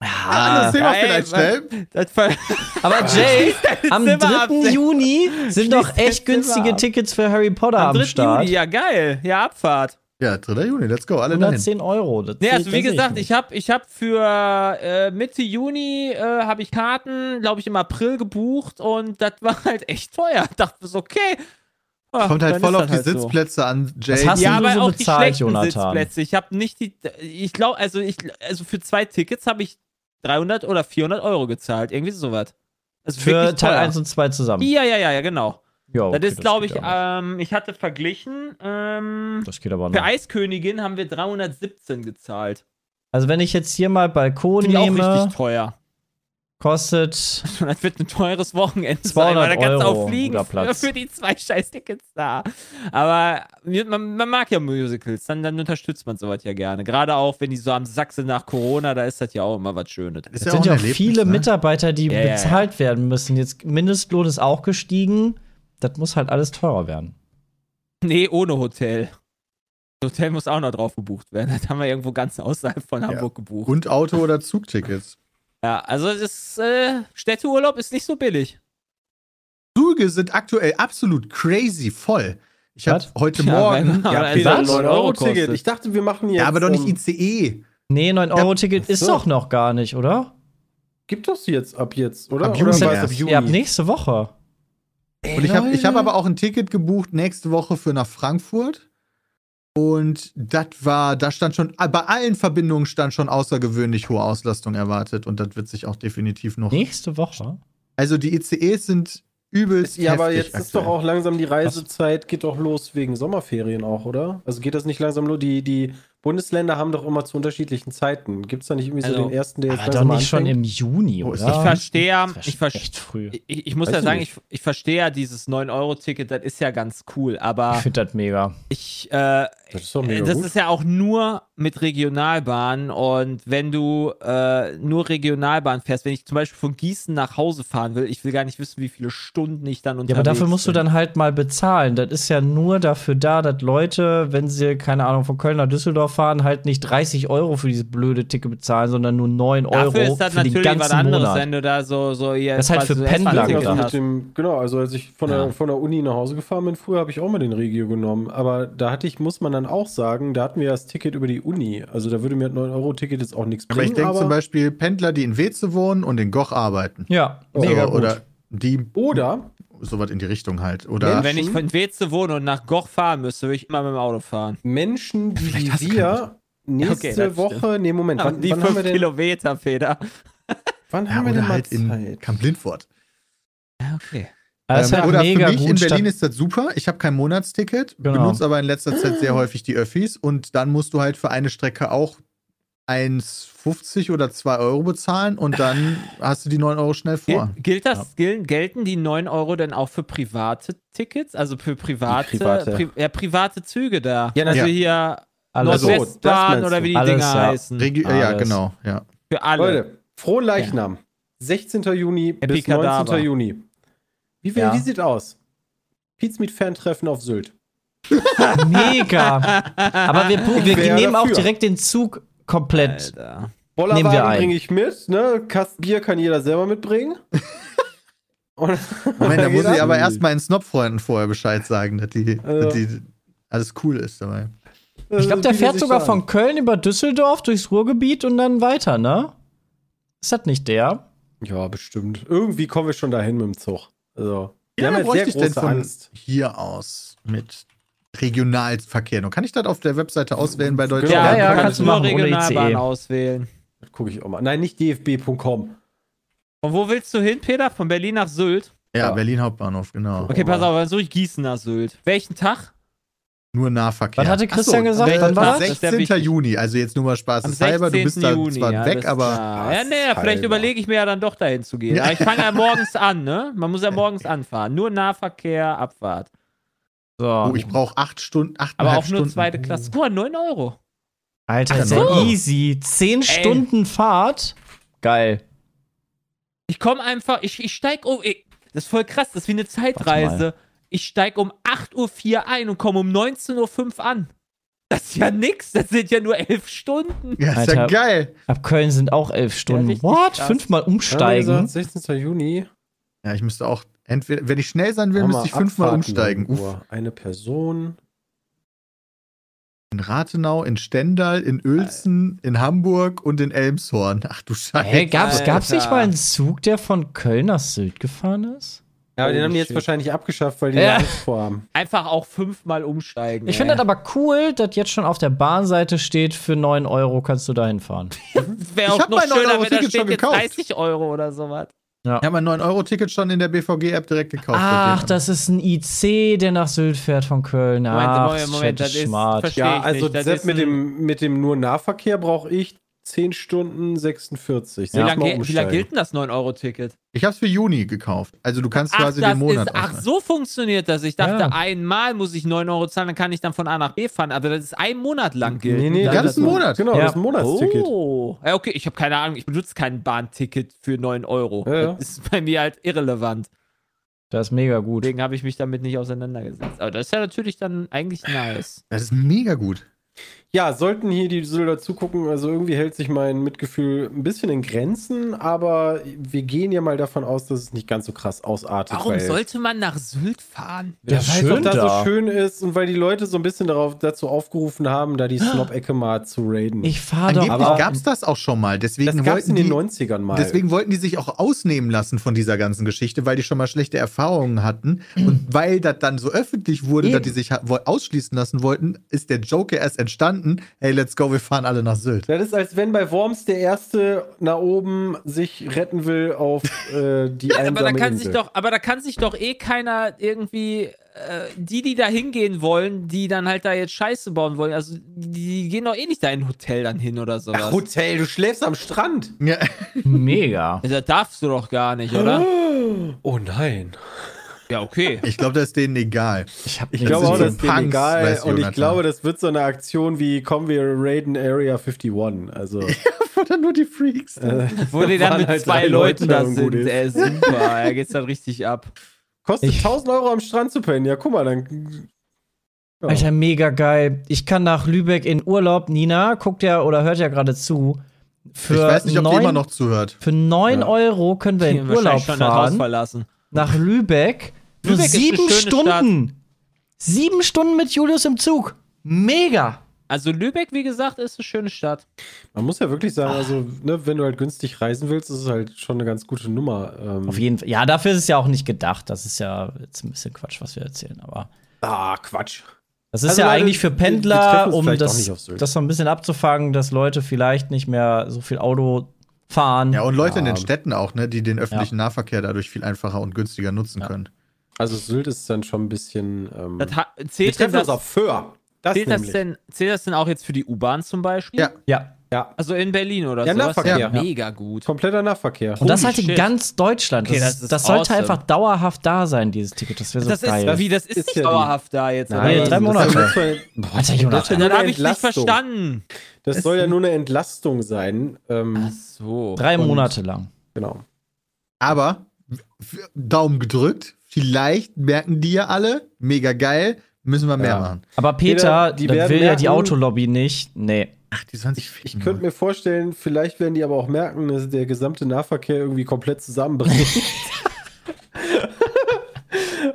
Ah, das Thema Geil, vielleicht Mann. schnell. Das ver- Aber *laughs* Jay, am Zimmer 3. ab, Sepp. Juni sind dein doch echt Zimmer günstige ab. Tickets für Harry Potter am, Am 3. Start. Juni, ja geil. Ja, Abfahrt. Ja, 3. Juni, let's go, alle dahin. 110 Euro. Das Nee, seh- also das wie seh gesagt, nicht. ich habe ich hab für äh, Mitte Juni äh, habe ich Karten, glaube ich, im April gebucht und das war *laughs* halt echt teuer. Ich dachte so, okay. Ah, Kommt dann halt voll auf ist das die halt so. Sitzplätze an, Jay. Was hast Ja, du aber so auch bezahlt, die schlechten Jonathan? Sitzplätze. Ich habe nicht die. Ich glaube, also ich, also für zwei Tickets habe ich 300 oder 400 Euro gezahlt, irgendwie sowas. Also Für wirklich Teil teuer. 1 und 2 zusammen. Ja, ja, ja, ja, genau. Ja, okay, das ist, glaube geht ich, aber. ähm, ich hatte verglichen. Ähm, Das geht aber für noch. Eiskönigin haben wir 317 gezahlt. Also, wenn ich jetzt hier mal Balkon Finde ich auch nehme, richtig teuer. kostet. *laughs* Das wird ein teures Wochenende sein, 200 weil da kannst du Euro, auch fliegen guter für, Platz. *laughs* für die zwei scheiß Tickets da. Aber mir- man, man mag ja Musicals, dann, dann unterstützt man sowas ja gerne. Gerade auch, wenn die so am Sack sind nach Corona, da ist das ja auch immer was Schönes. Ist Es sind ja ein auch Erlebnis, viele ne? Mitarbeiter, die Ja, ja, ja. bezahlt werden müssen. Jetzt Mindestlohn ist auch gestiegen. Das muss halt alles teurer werden. Nee, ohne Hotel. Das Hotel muss auch noch drauf gebucht werden. Das haben wir irgendwo ganz außerhalb von Hamburg gebucht. Und Auto- oder Zugtickets. Ja, also das äh, Städteurlaub ist nicht so billig. Züge sind aktuell absolut crazy voll. Ich habe Was? heute Ja, Morgen. weil- Ja, weil- ja, weil- 9-Euro-Ticket. kostet. Ich dachte, wir machen jetzt. aber doch nicht E. ähm, ICE. Nee, 9-Euro-Ticket ist so. doch noch gar nicht, oder? Gibt das jetzt ab jetzt, oder? Ab oder Juni war es erst. ab Juni? Ja, ab nächste Woche. Und ich habe ich hab aber auch ein Ticket gebucht nächste Woche für nach Frankfurt. Und das war, da stand schon, ah, bei allen Verbindungen stand schon außergewöhnlich hohe Auslastung erwartet. Und das wird sich auch definitiv noch. Nächste Woche? Also die ICEs sind übelst. ja, aber heftig jetzt ist doch auch langsam die Reisezeit, geht doch los wegen Sommerferien auch, oder? Also geht das nicht langsam los? Die, die Bundesländer haben doch immer zu unterschiedlichen Zeiten. Gibt es da nicht irgendwie so Also, den ersten, der jetzt Aber Ah, doch langsam nicht schon anfängt? im Juni, Oh, ist oder? das Ich verstehe, Das wär ich schon verstehe. echt früh. Ich, ich muss Weiß ja ich sagen, ich, nicht. ich verstehe ja dieses 9-Euro-Ticket, das ist ja ganz cool, Ich aber finde das mega. ich, äh, Das ist doch äh, mega das gut. ist ja auch nur mit Regionalbahnen und wenn du äh, nur Regionalbahn fährst, wenn ich zum Beispiel von Gießen nach Hause fahren will, ich will gar nicht wissen, wie viele Stunden ich dann Ja, unterwegs aber dafür musst du bin. dann halt mal bezahlen. Das ist ja nur dafür da, dass Leute, wenn sie, keine Ahnung, von Köln nach Düsseldorf fahren, halt nicht 30 Euro für dieses blöde Ticket bezahlen, sondern nur 9 Euro Dafür ist das für den natürlich was ganzen anderes, Monat. wenn du da so, so hier Das ist halt quasi für so S-Bahn Pendler Ticket also gedacht. mit hast. dem, genau, also als ich von, Ja. der, von der Uni nach Hause gefahren bin, früher habe ich auch mal den Regio genommen. Aber da hatte ich, muss man dann auch sagen, da hatten wir ja das Ticket über die Uni. Also da würde mir das 9-Euro-Ticket jetzt auch nichts Aber bringen. ich denke zum Beispiel Pendler, die in Weze wohnen und in Goch arbeiten. Ja, So, Oh. mega gut. Oder die oder sowas in die Richtung halt. Ja, Oder Wenn ich von Weze wohne und nach Goch fahren müsste, würde ich immer mit dem Auto fahren. Menschen, die hast du wie wir nächste Ja, okay, das Woche, nee, Moment, Aber wann, die wann haben 5 wir denn, Kilometer, Feder. wann ja, haben wir denn oder mal halt in Zeit? Kamp Lindfort. Ja, okay. Das ist Ähm, halt oder mega für mich gut. in statt- Berlin ist das super. Ich habe kein Monatsticket, Genau. benutze aber in letzter Zeit sehr häufig die Öffis und dann musst du halt für eine Strecke auch 1,50 oder 2 Euro bezahlen und dann hast du die 9 Euro schnell vor. Gil- Gilt das, gil- gelten die 9 Euro denn auch für private Tickets? Also für private, private. Pri, ja, private Züge da. Ja, also natürlich. hier Alles Also, das Nordwestbahn meinst oder du. wie die Alles, Dinger ja. heißen. Regi äh, ja, Alles. genau. *laughs* Ja. Für alle. Leute, frohen Leichnam. 16. Juni bis Kadaver. 19. Juni. Wie, viel- Ja. wie sieht aus? Pizza mit Fantreffen auf Sylt. *laughs* Mega. Aber wir, bu- wir wär nehmen auch dafür. direkt den Zug komplett. Alter. Nehmen wir ein. Bollerwagen bringe ich mit, ne? Kasten Bier kann jeder selber mitbringen. Und Moment, da muss Geht ich ab. aber erstmal den Snob-Freunden vorher Bescheid sagen, dass die, dass die alles cool ist dabei. Ich glaube, der bieten fährt Äh, sich sogar so von an. Köln über Düsseldorf durchs Ruhrgebiet und dann weiter, ne? Ist das nicht der? Ja, bestimmt. Irgendwie kommen wir schon dahin mit dem Zug. Also, wir Ja, haben bräuchte jetzt ich sehr große von Angst. hier aus mit Regionalverkehr. Nun kann ich das auf der Webseite auswählen bei Deutschland. Ja, ja, kannst du genau. kannst du nur machen, ohne Regionalbahn ICE. auswählen. Das gucke ich auch mal. Nein, nicht dfb.com. Von wo willst du hin, Peter? Von Berlin nach Sylt? Ja, Berlin Hauptbahnhof, genau. Okay, pass auf, dann suche ich Gießen nach Sylt. Welchen Tag? Nur Nahverkehr. Was hatte Christian gesagt? Äh, Wann war am das? Das ist der 16. wichtig. Juni, also jetzt nur mal Am Spaß 16. halber. Du bist da Juni. zwar ja, weg, alles aber klar. Ja, naja, vielleicht Halber. überlege ich mir ja dann doch dahin zu gehen. Ja. Aber ich *laughs* fange ja morgens an, ne? Man muss ja morgens anfahren. Nur Nahverkehr, Abfahrt. So. oh, ich brauche acht Stunden, Aber achteinhalb auch nur Stunden. ne? zweite Klasse. Guck mal, 9 Euro. Alter, ist ja Ach so. Also easy. Zehn Stunden Fahrt. Geil. Ich komme einfach, ich, ich steig um. Ich, das ist voll krass, das ist wie eine Zeitreise. Ich steig um 8.04 Uhr ein und komme um 19.05 Uhr an. Das ist ja nix, das sind ja nur elf Stunden. Ja, ist Alter. ja geil. Ab Köln sind auch elf Stunden. richtig What? krass. Fünfmal Ja, wie umsteigen. gesagt, 16. Juni. Ja, ich müsste auch, entweder, wenn ich schnell sein will, Hammer, müsste ich fünfmal Abfahrten umsteigen. neun Uff, Uhr. Eine Person. in Rathenau, in Stendal, in Uelzen, in Hamburg und in Elmshorn. Ach du Scheiße. Hä, gab's, gab's nicht Alter. mal einen Zug, der von Köln nach Sylt gefahren ist? Ja, aber den Holy haben die jetzt shit. wahrscheinlich abgeschafft, weil die Ja. da Angst vorhaben. Einfach auch fünfmal umsteigen. Ich finde ey. das aber cool, dass jetzt schon auf der Bahnseite steht, für 9 Euro kannst du da hinfahren. Wäre Ich auch hab noch mein schöner, wenn da 9-Euro-Ticket steht schon jetzt gekauft. 30 Euro oder sowas. Ich habe mein 9-Euro-Ticket schon in der BVG-App direkt gekauft. Ach, seitdem. das ist ein IC, der nach Sylt fährt von Köln. Ach, Moment, Moment, das ist smart. verstehe Ja, ich also nicht, das selbst ist mit ein- dem, mit dem nur Nahverkehr brauche ich 10 Stunden 46. Wie Sechsmal lange ge- wie lang umsteigen. gilt denn das 9-Euro-Ticket? Ich habe es für Juni gekauft. Also du kannst Ach, quasi das den Monat ist, ach, auswählen. so funktioniert das. Ich dachte, Ja. einmal muss ich 9 Euro zahlen, dann kann ich dann von A nach B fahren. Also, Aber das ist ein Monat lang gilt. Nee, nee, Dann Den ganzen das- Monat. Genau, Ja. das ist ein Monatsticket. Oh. Ja, okay, ich habe keine Ahnung. Ich benutze kein Bahnticket für 9 Euro. Ja, ja. Das ist bei mir halt irrelevant. Das ist mega gut. Deswegen habe ich mich damit nicht auseinandergesetzt. Aber das ist ja natürlich dann eigentlich nice. Das ist mega gut. Ja, sollten hier die Sylter zugucken, also irgendwie hält sich mein Mitgefühl ein bisschen in Grenzen, aber wir gehen ja mal davon aus, dass es nicht ganz so krass ausartet. Warum weil sollte man nach Sylt fahren? Ja, das schön da, so schön ist und weil die Leute so ein bisschen darauf, dazu aufgerufen haben, da die Ah. Snob-Ecke mal zu raiden. Ich fahre Ah, doch Angeblich aber- gab es das auch schon mal. das Deswegen gab es wollten in die, den 90ern mal. Deswegen wollten die sich auch ausnehmen lassen von dieser ganzen Geschichte, weil die schon mal schlechte Erfahrungen hatten. Mhm. Und weil das dann so öffentlich wurde, dass die sich ha- wo- ausschließen lassen wollten, ist der Joker erst entstanden. Hey, let's go, wir fahren alle nach Sylt. das ist, als wenn bei Worms der Erste nach oben sich retten will auf äh, die einsame Aber da kann Insel. sich doch, aber da kann sich doch eh keiner irgendwie äh, die, die da hingehen wollen, die dann halt da jetzt Scheiße bauen wollen, also die, die gehen doch eh nicht da in ein Hotel dann hin oder sowas. Ach, Hotel, du schläfst am Strand. Ja. mega. Also, Das darfst du doch gar nicht, *laughs* oder? Oh nein. ja, okay. Ich glaube, das ist denen egal. Ich hab Ich nicht Das sind glaube auch, so das ist denen Punks, egal. weiß Und ich Jonathan. glaube, das wird so eine Aktion wie, kommen wir raiden Area 51. Also, Oder nur die Freaks. *laughs* Wo die dann waren mit halt zwei drei Leuten Leute, da wenn gut sind. ist. Ey, super, da geht's dann richtig ab. kostet Ich- 1000 Euro am Strand zu pennen. Ja, guck mal, dann. Ja. Alter, mega geil. Ich kann nach Lübeck in Urlaub. Nina guckt ja oder hört ja gerade zu. Für ich weiß nicht, ob die neun- immer noch zuhört. Für 9 Ja. Euro können wir Die in haben wahrscheinlich Urlaub schon das Haus fahren. verlassen. nach Lübeck. Nur Lübeck ist eine sieben schöne Stunden. Sieben Stunden mit Julius im Zug. Mega. Also Lübeck, wie gesagt, ist eine schöne Stadt. Man muss ja wirklich sagen, also, ne, wenn du halt günstig reisen willst, ist es halt schon eine ganz gute Nummer. Ähm, Auf jeden Fall. Ja, dafür ist es ja auch nicht gedacht. Das ist ja jetzt ein bisschen Quatsch, was wir erzählen, aber. ah, Quatsch. Das ist Also, ja Leute, eigentlich für wir- wir treffen Pendler, uns um vielleicht auch das, nicht auf Sylt. das so ein bisschen abzufangen, dass Leute vielleicht nicht mehr so viel Auto fahren. Ja, und Leute in den Ja. Städten auch, ne, die den öffentlichen Nahverkehr dadurch viel einfacher und günstiger nutzen können. Also, Sylt ist dann schon ein bisschen. Ähm, Das ha- wir zählt, denn treffen das, uns auf Föhr. Das zählt, das nämlich. denn, zählt das denn auch jetzt für die U-Bahn zum Beispiel? Ja. Ja. Ja, Also in Berlin oder Ja, sowas? Nahverkehr. Ja, Ja. mega gut. kompletter Nahverkehr. Und das Holy halt in shit. ganz Deutschland. Okay, das, das ist das sollte awesome. einfach dauerhaft da sein, dieses Ticket. Das wäre so Das ist, geil. wie, das Ist ist, nicht ja die- dauerhaft da Ah, jetzt. oder Nein, was? drei das Monate. ist ja nur- Boah, Alter, Jonathan. Dann habe ich Das ist ja nur eine nicht Entlastung. verstanden. Das soll ja nur eine Entlastung sein. Ah, Ähm, So. Drei Und- Monate lang. genau. Aber w- Daumen gedrückt. Vielleicht merken die ja alle, mega geil, müssen wir mehr Ja. machen. Aber Peter, Peter, die das werden will ja die merken- Autolobby nicht. Nee. Ach, die sollen sich Ich könnte mir vorstellen, vielleicht werden die aber auch merken, dass *laughs* der gesamte Nahverkehr irgendwie komplett zusammenbricht. *laughs*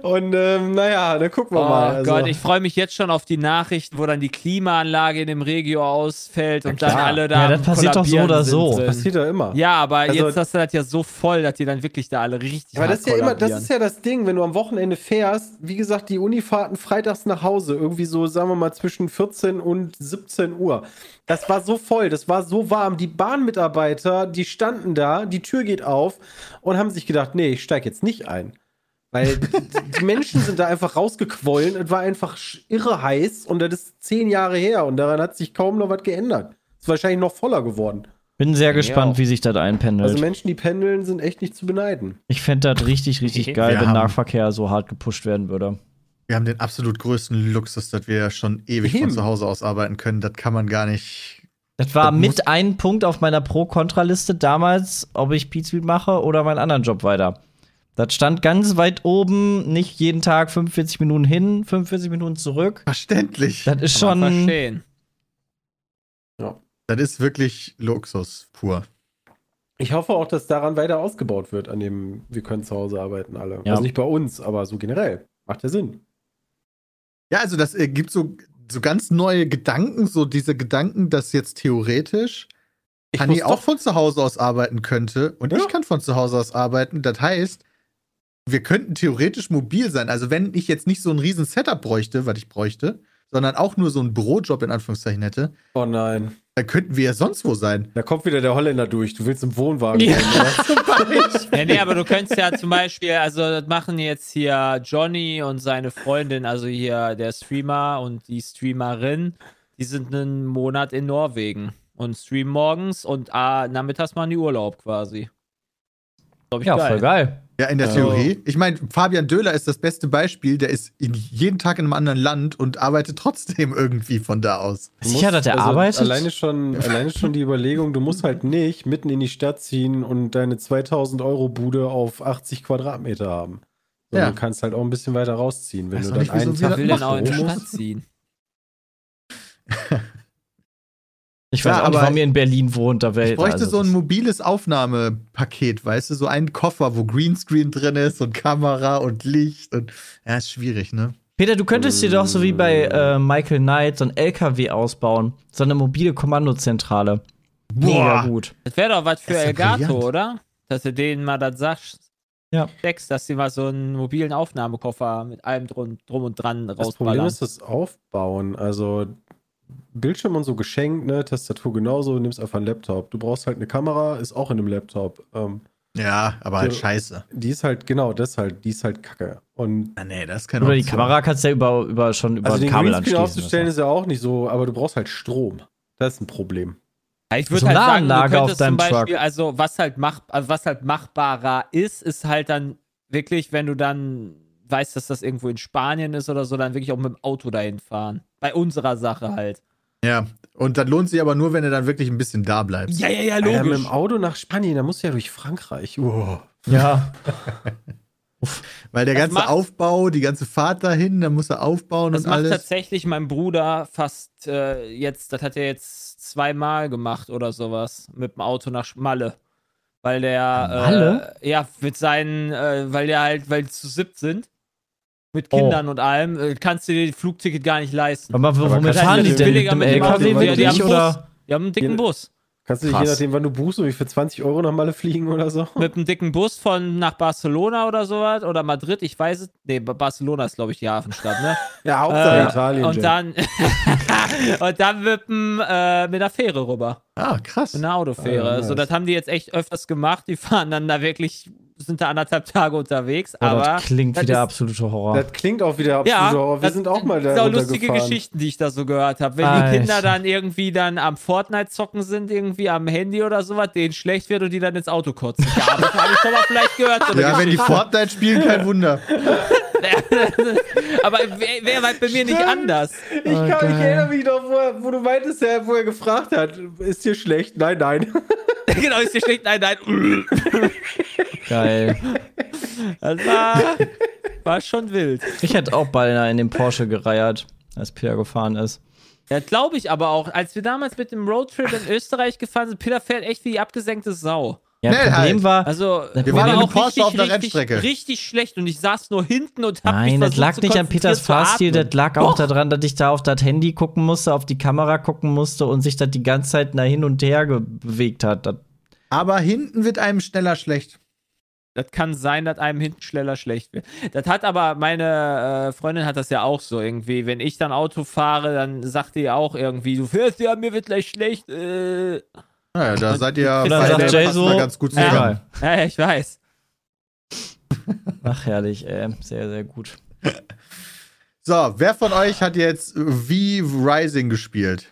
Und ähm, naja, dann gucken wir Oh mal. Also, Gott, ich freue mich jetzt schon auf die Nachrichten, wo dann die Klimaanlage in dem Regio ausfälllt und dann klar. alle da. Ja, das am passiert doch so Kollabieren oder sind, so. sind. passiert ja immer. Ja, aber Also- jetzt hast du das ja so voll, dass die dann wirklich da alle richtig. Aber das ist ja immer, das kollabieren. ist ja das Ding, wenn du am Wochenende fährst, wie gesagt, die Unifahrten freitags nach Hause, irgendwie so, sagen wir mal, zwischen 14 und 17 Uhr. Das war so voll, das war so warm. Die Bahnmitarbeiter, die standen da, die Tür geht auf und haben sich gedacht, nee, ich steige jetzt nicht ein. Weil die Menschen sind da einfach rausgequollen, es war einfach sch- irre heiß und das ist zehn Jahre her und daran hat sich kaum noch was geändert. Ist wahrscheinlich noch voller geworden. Bin sehr gespannt, auch. wie sich das einpendelt. Also Menschen, die pendeln, sind echt nicht zu beneiden. ich fände das richtig, richtig geil, Wir wenn haben- Nahverkehr so hart gepusht werden würde. Wir haben den absolut größten Luxus, dass wir schon ewig von Eben. zu Hause aus arbeiten können. Das kann man gar nicht. Das war Das muss- mit ein Punkt auf meiner Pro-Kontra-Liste damals, ob ich Pizza mache oder meinen anderen Job weiter. Das stand ganz weit oben, nicht jeden Tag 45 Minuten hin, 45 Minuten zurück. Verständlich. Das ist Kann man schon. verstehen. Das ist wirklich Luxus pur. Ich hoffe auch, dass daran weiter ausgebaut wird, an dem wir können zu Hause arbeiten alle. Ja. Also nicht bei uns, aber so generell. Macht ja Sinn. Ja, also das äh, gibt so, so ganz neue Gedanken, so diese Gedanken, dass jetzt theoretisch Hanni muss auch von zu Hause aus arbeiten könnte und Ja. ich kann von zu Hause aus arbeiten. Das heißt, wir könnten theoretisch mobil sein. Also wenn ich jetzt nicht so ein riesen Setup bräuchte, was ich bräuchte, sondern auch nur so einen Bürojob in Anführungszeichen hätte, Oh nein. dann könnten wir ja sonst wo sein. Da kommt wieder der Holländer durch. Du willst im Wohnwagen sein, Ja, nee, aber du könntest ja zum Beispiel, also das machen jetzt hier Johnny und seine Freundin, also hier der Streamer und die Streamerin, die sind einen Monat in Norwegen und streamen morgens und ah, nachmittags machen die Urlaub quasi. Glaub ich Ja, voll geil. Ja, in der Ja. Theorie. Ich meine, Fabian Döhler ist das beste Beispiel. Der ist in jeden Tag in einem anderen Land und arbeitet trotzdem *laughs* irgendwie von da aus. Du *laughs* also Sicher, dass der arbeitet? Alleine schon, alleine schon die Überlegung, du musst halt nicht mitten in die Stadt ziehen und deine 2000 Euro Bude auf 80 Quadratmeter haben. Sondern Ja. Du kannst halt auch ein bisschen weiter rausziehen, wenn Weiß du noch dann nicht, wieso einen wir Tag das Wer will denn Mach auch in die Urlaub. Stadt ziehen? Ich weiß Ja, auch nicht, aber warum ihr in Berlin wohnt. Da wär, Ich bräuchte also so ein das- mobiles Aufnahmepaket, weißt du, so einen Koffer, wo Greenscreen drin ist und Kamera und Licht und ja, ist schwierig, ne? Peter, du könntest dir doch so wie bei äh, Michael Knight so ein LKW ausbauen. So eine mobile Kommandozentrale. Mega gut. Das wäre doch was für Das ist ja Elgato, brillant. oder? Dass du denen mal das sagst. Ja. Dex, dass sie mal so einen mobilen Aufnahmekoffer mit allem drum, drum und dran Das Problem rausballern. ist das Aufbauen. Also Bildschirm und so geschenkt, ne? Tastatur genauso, nimmst einfach einen Laptop. Du brauchst halt eine Kamera, ist auch in einem Laptop. Ähm, Ja, aber halt Ja. scheiße. die ist halt, genau, das halt, die ist halt kacke. Und Ah, nee, das ist keine Oder die Option. Kamera kannst du ja über, über, schon über also ein den Kabel Greenscreen anschließen. aufzustellen ist ja auch nicht so, aber du brauchst halt Strom. Das ist ein Problem. Ja, Ich würde halt sagen, du Solaranlage auf könntest zum deinem Beispiel, Truck. also was halt mach, also was halt machbarer ist, ist halt dann wirklich, wenn du dann weißt, dass das irgendwo in Spanien ist oder so, dann wirklich auch mit dem Auto dahin fahren. Bei unserer Sache halt. Ja, und das lohnt sich aber nur, wenn du dann wirklich ein bisschen da bleibst. Ja, ja, ja, Alter, mit logisch. dem Auto nach Spanien, da musst du ja durch Frankreich. Wow. ja. Weil der Das ganze macht- Aufbau, die ganze Fahrt dahin, dann muss er aufbauen Das und macht alles. tatsächlich mein Bruder fast äh, jetzt, das hat er jetzt zweimal gemacht oder sowas mit dem Auto nach Malle. Weil der Malle? Äh, ja, mit seinen, äh, weil der halt, weil die zu siebt sind. Mit Kindern und allem, äh, kannst du dir das Flugticket gar nicht leisten. Aber wo- Aber womit kannst du fahren die die denn? Mit billiger dem mit dem LKW Auto- die- die haben wirklich? Bus. Oder? Die haben einen dicken Jede- Bus. Kannst du dich, je Krass. nachdem, wann du buchst, irgendwie für 20 Euro nach Malle fliegen oder so? Mit einem dicken Bus von nach Barcelona oder sowas oder Madrid, ich weiß es. Nee, Ba- Barcelona ist, glaube ich, die Hafenstadt, ne? Ja, Äh, Italien. und Jack. dann *laughs* und dann mit, dem, äh, mit der Fähre rüber. Ah, krass. Mit einer Autofähre. Ah, Also, nice. das haben die jetzt echt öfters gemacht. Die fahren dann da wirklich, sind da anderthalb Tage Oh, unterwegs. Boah, aber das klingt das wie der ist- absolute Horror. Das klingt auch wieder absolut, ja, aber wir das sind auch mal sind da auch lustige runtergefahren. Geschichten, die ich da so gehört habe. Wenn Alter. die Kinder dann irgendwie dann am Fortnite zocken sind, irgendwie am Handy oder sowas, denen schlecht wird und die dann ins Auto kotzen. Ja, aber das habe ich schon mal vielleicht gehört. So *laughs* eine Ja, wenn die Fortnite spielen, *laughs* kein Wunder. Geschichte. *laughs* aber wäre wär halt bei mir nicht anders. *laughs* Ich, Oh, kann, ich erinnere mich doch, wo, er- wo du meintest, der- wo er gefragt hat, ist dir schlecht? Nein, nein. genau, ist dir schlecht. Nein, nein. *laughs* Geil. Das Also, war, war schon wild. Ich hätte auch beinahe in den Porsche gereiert, als Peter gefahren ist. Ja, glaube ich aber auch. Als wir damals mit dem Roadtrip in Österreich gefahren sind, Peter fährt echt wie die abgesenkte Sau. Ja, Schnell Problem halt. war, Also, waren Wir mir in war einem Porsche auf der richtig, Rennstrecke. richtig schlecht und ich saß nur hinten und hab mich Nein, das versucht lag zu nicht an Peters konzentriert zu Fahrstil, atmen. das lag auch daran, dass ich da auf das Handy gucken musste, auf die Kamera gucken musste und sich das die ganze Zeit nach hin und her ge- bewegt hat. Das, Aber hinten wird einem schneller schlecht. Das kann sein, dass einem hinten schneller schlecht wird. Das hat aber, meine äh, Freundin hat das ja auch so irgendwie. Wenn ich dann Auto fahre, dann sagt die auch irgendwie, du fährst ja, mir wird gleich schlecht. Äh. Naja, da Und- seid ihr und dann Weil beide- der sagt passt Jay mal so, ganz gut Ja. zusammen. egal. Ja, ich weiß. Ach, herrlich, ey. Sehr, sehr gut. So, wer von euch hat jetzt äh, wie Rising gespielt?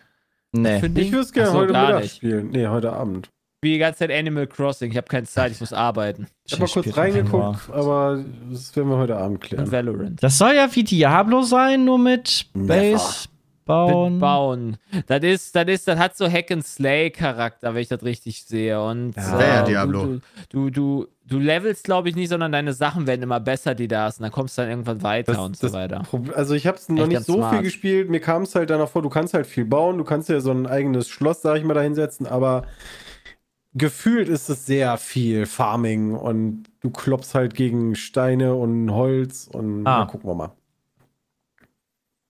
Nee. Finde Ich würde es gerne Ach so, heute gar Mittag nicht. spielen. Nee, heute Abend. Wie die ganze Zeit Animal Crossing. Ich habe keine Zeit, ich muss arbeiten. Ich habe mal kurz reingeguckt, aber das werden wir heute Abend Und klären. Valorant. Das soll ja wie Diablo sein, nur mit Base bauen. Bauen. Das ist, das ist, das hat so Hack and Slay Charakter, wenn ich das richtig sehe. Und Ja. Wäre ja du- Diablo. Du, du, du, du levelst, glaube ich, nicht, sondern deine Sachen werden immer besser, die da hast. Und dann kommst du dann irgendwann weiter Das- und so das- weiter. Prob- Also ich habe es noch Echt nicht ganz so smart. viel gespielt. Mir kam es halt danach vor, du kannst halt viel bauen. Du kannst ja so ein eigenes Schloss, sag ich mal, da hinsetzen. Aber gefühlt ist es sehr viel Farming und du klopfst halt gegen Steine und Holz und Ah. na, gucken wir mal.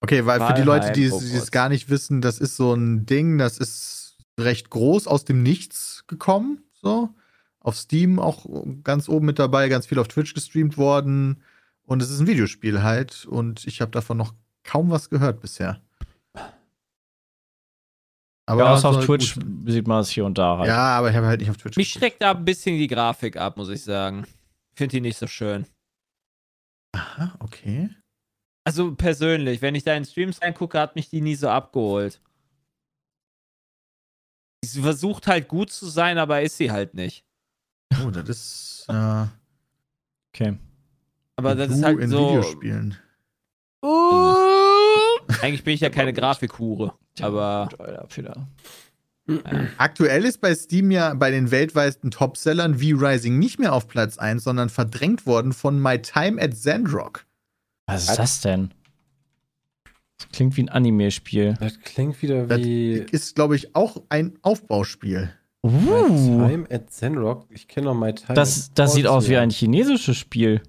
Okay, weil für die Valheim, Leute, die es oh die es Gott. gar nicht wissen, das ist so ein Ding, das ist recht groß aus dem Nichts gekommen. So. Auf Steam auch ganz oben mit dabei, ganz viel auf Twitch gestreamt worden. Und es ist ein Videospiel halt. Und ich habe davon noch kaum was gehört bisher. Aber Ja, außer auf soll Twitch gut- sieht man es hier und da halt. Ja, aber ich habe halt nicht auf Twitch. Mich gespielt. schreckt da ein bisschen die Grafik ab, muss ich sagen. Ich finde die nicht so schön. Aha, Ah, okay. Also persönlich, wenn ich da in Streams reingucke, hat mich die nie so abgeholt. Sie versucht halt gut zu sein, aber ist sie halt nicht. Oh, das ist. Äh, Okay. Aber das ist du halt in so. Videospielen. Eigentlich bin ich ja keine Grafikhure. Aber Gut, Alter, Peter. Aktuell ist bei Steam ja bei den weltweiten Topsellern wie Rising nicht mehr auf Platz 1, sondern verdrängt worden von My Time at Zandrock. Was ist das denn? Das klingt wie ein Anime-Spiel. Das klingt wieder Das wie ist, glaube ich, auch ein Aufbauspiel. My Uh, Time at Zenrock. Ich kenne noch My Time. das, at das sieht aus wie Forza. ein chinesisches Spiel.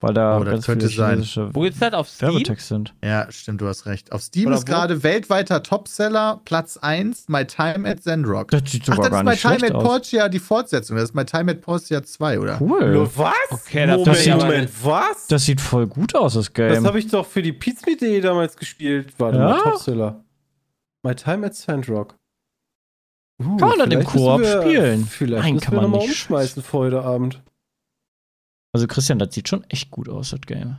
Weil da Oh, das ganz könnte viele sein. chinesische wo gibt's das auf Steam? Werbetext sind. Ja, stimmt, du hast recht. Auf Steam Oder ist wo? gerade weltweiter Topseller Platz 1 My Time at Zandrock. Das sieht Ach, sogar das ist gar My nicht Time schlecht at aus. Portia die Fortsetzung. Das ist My Time at Portia 2, oder? Cool. Lo- Was? Okay, das- Moment, das sieht- Moment, was? Das sieht voll gut aus, das Das Game. habe ich doch für die Pizza.de damals gespielt. Warte mal, Ja? Topseller. My Time at Sandrock. Uh, Kann man das im vielleicht müssen Koop wir- spielen? Vielleicht Nein, müssen kann wir man nochmal nicht. umschmeißen vor heute Abend. Also Christian, das sieht schon echt gut aus, das Game.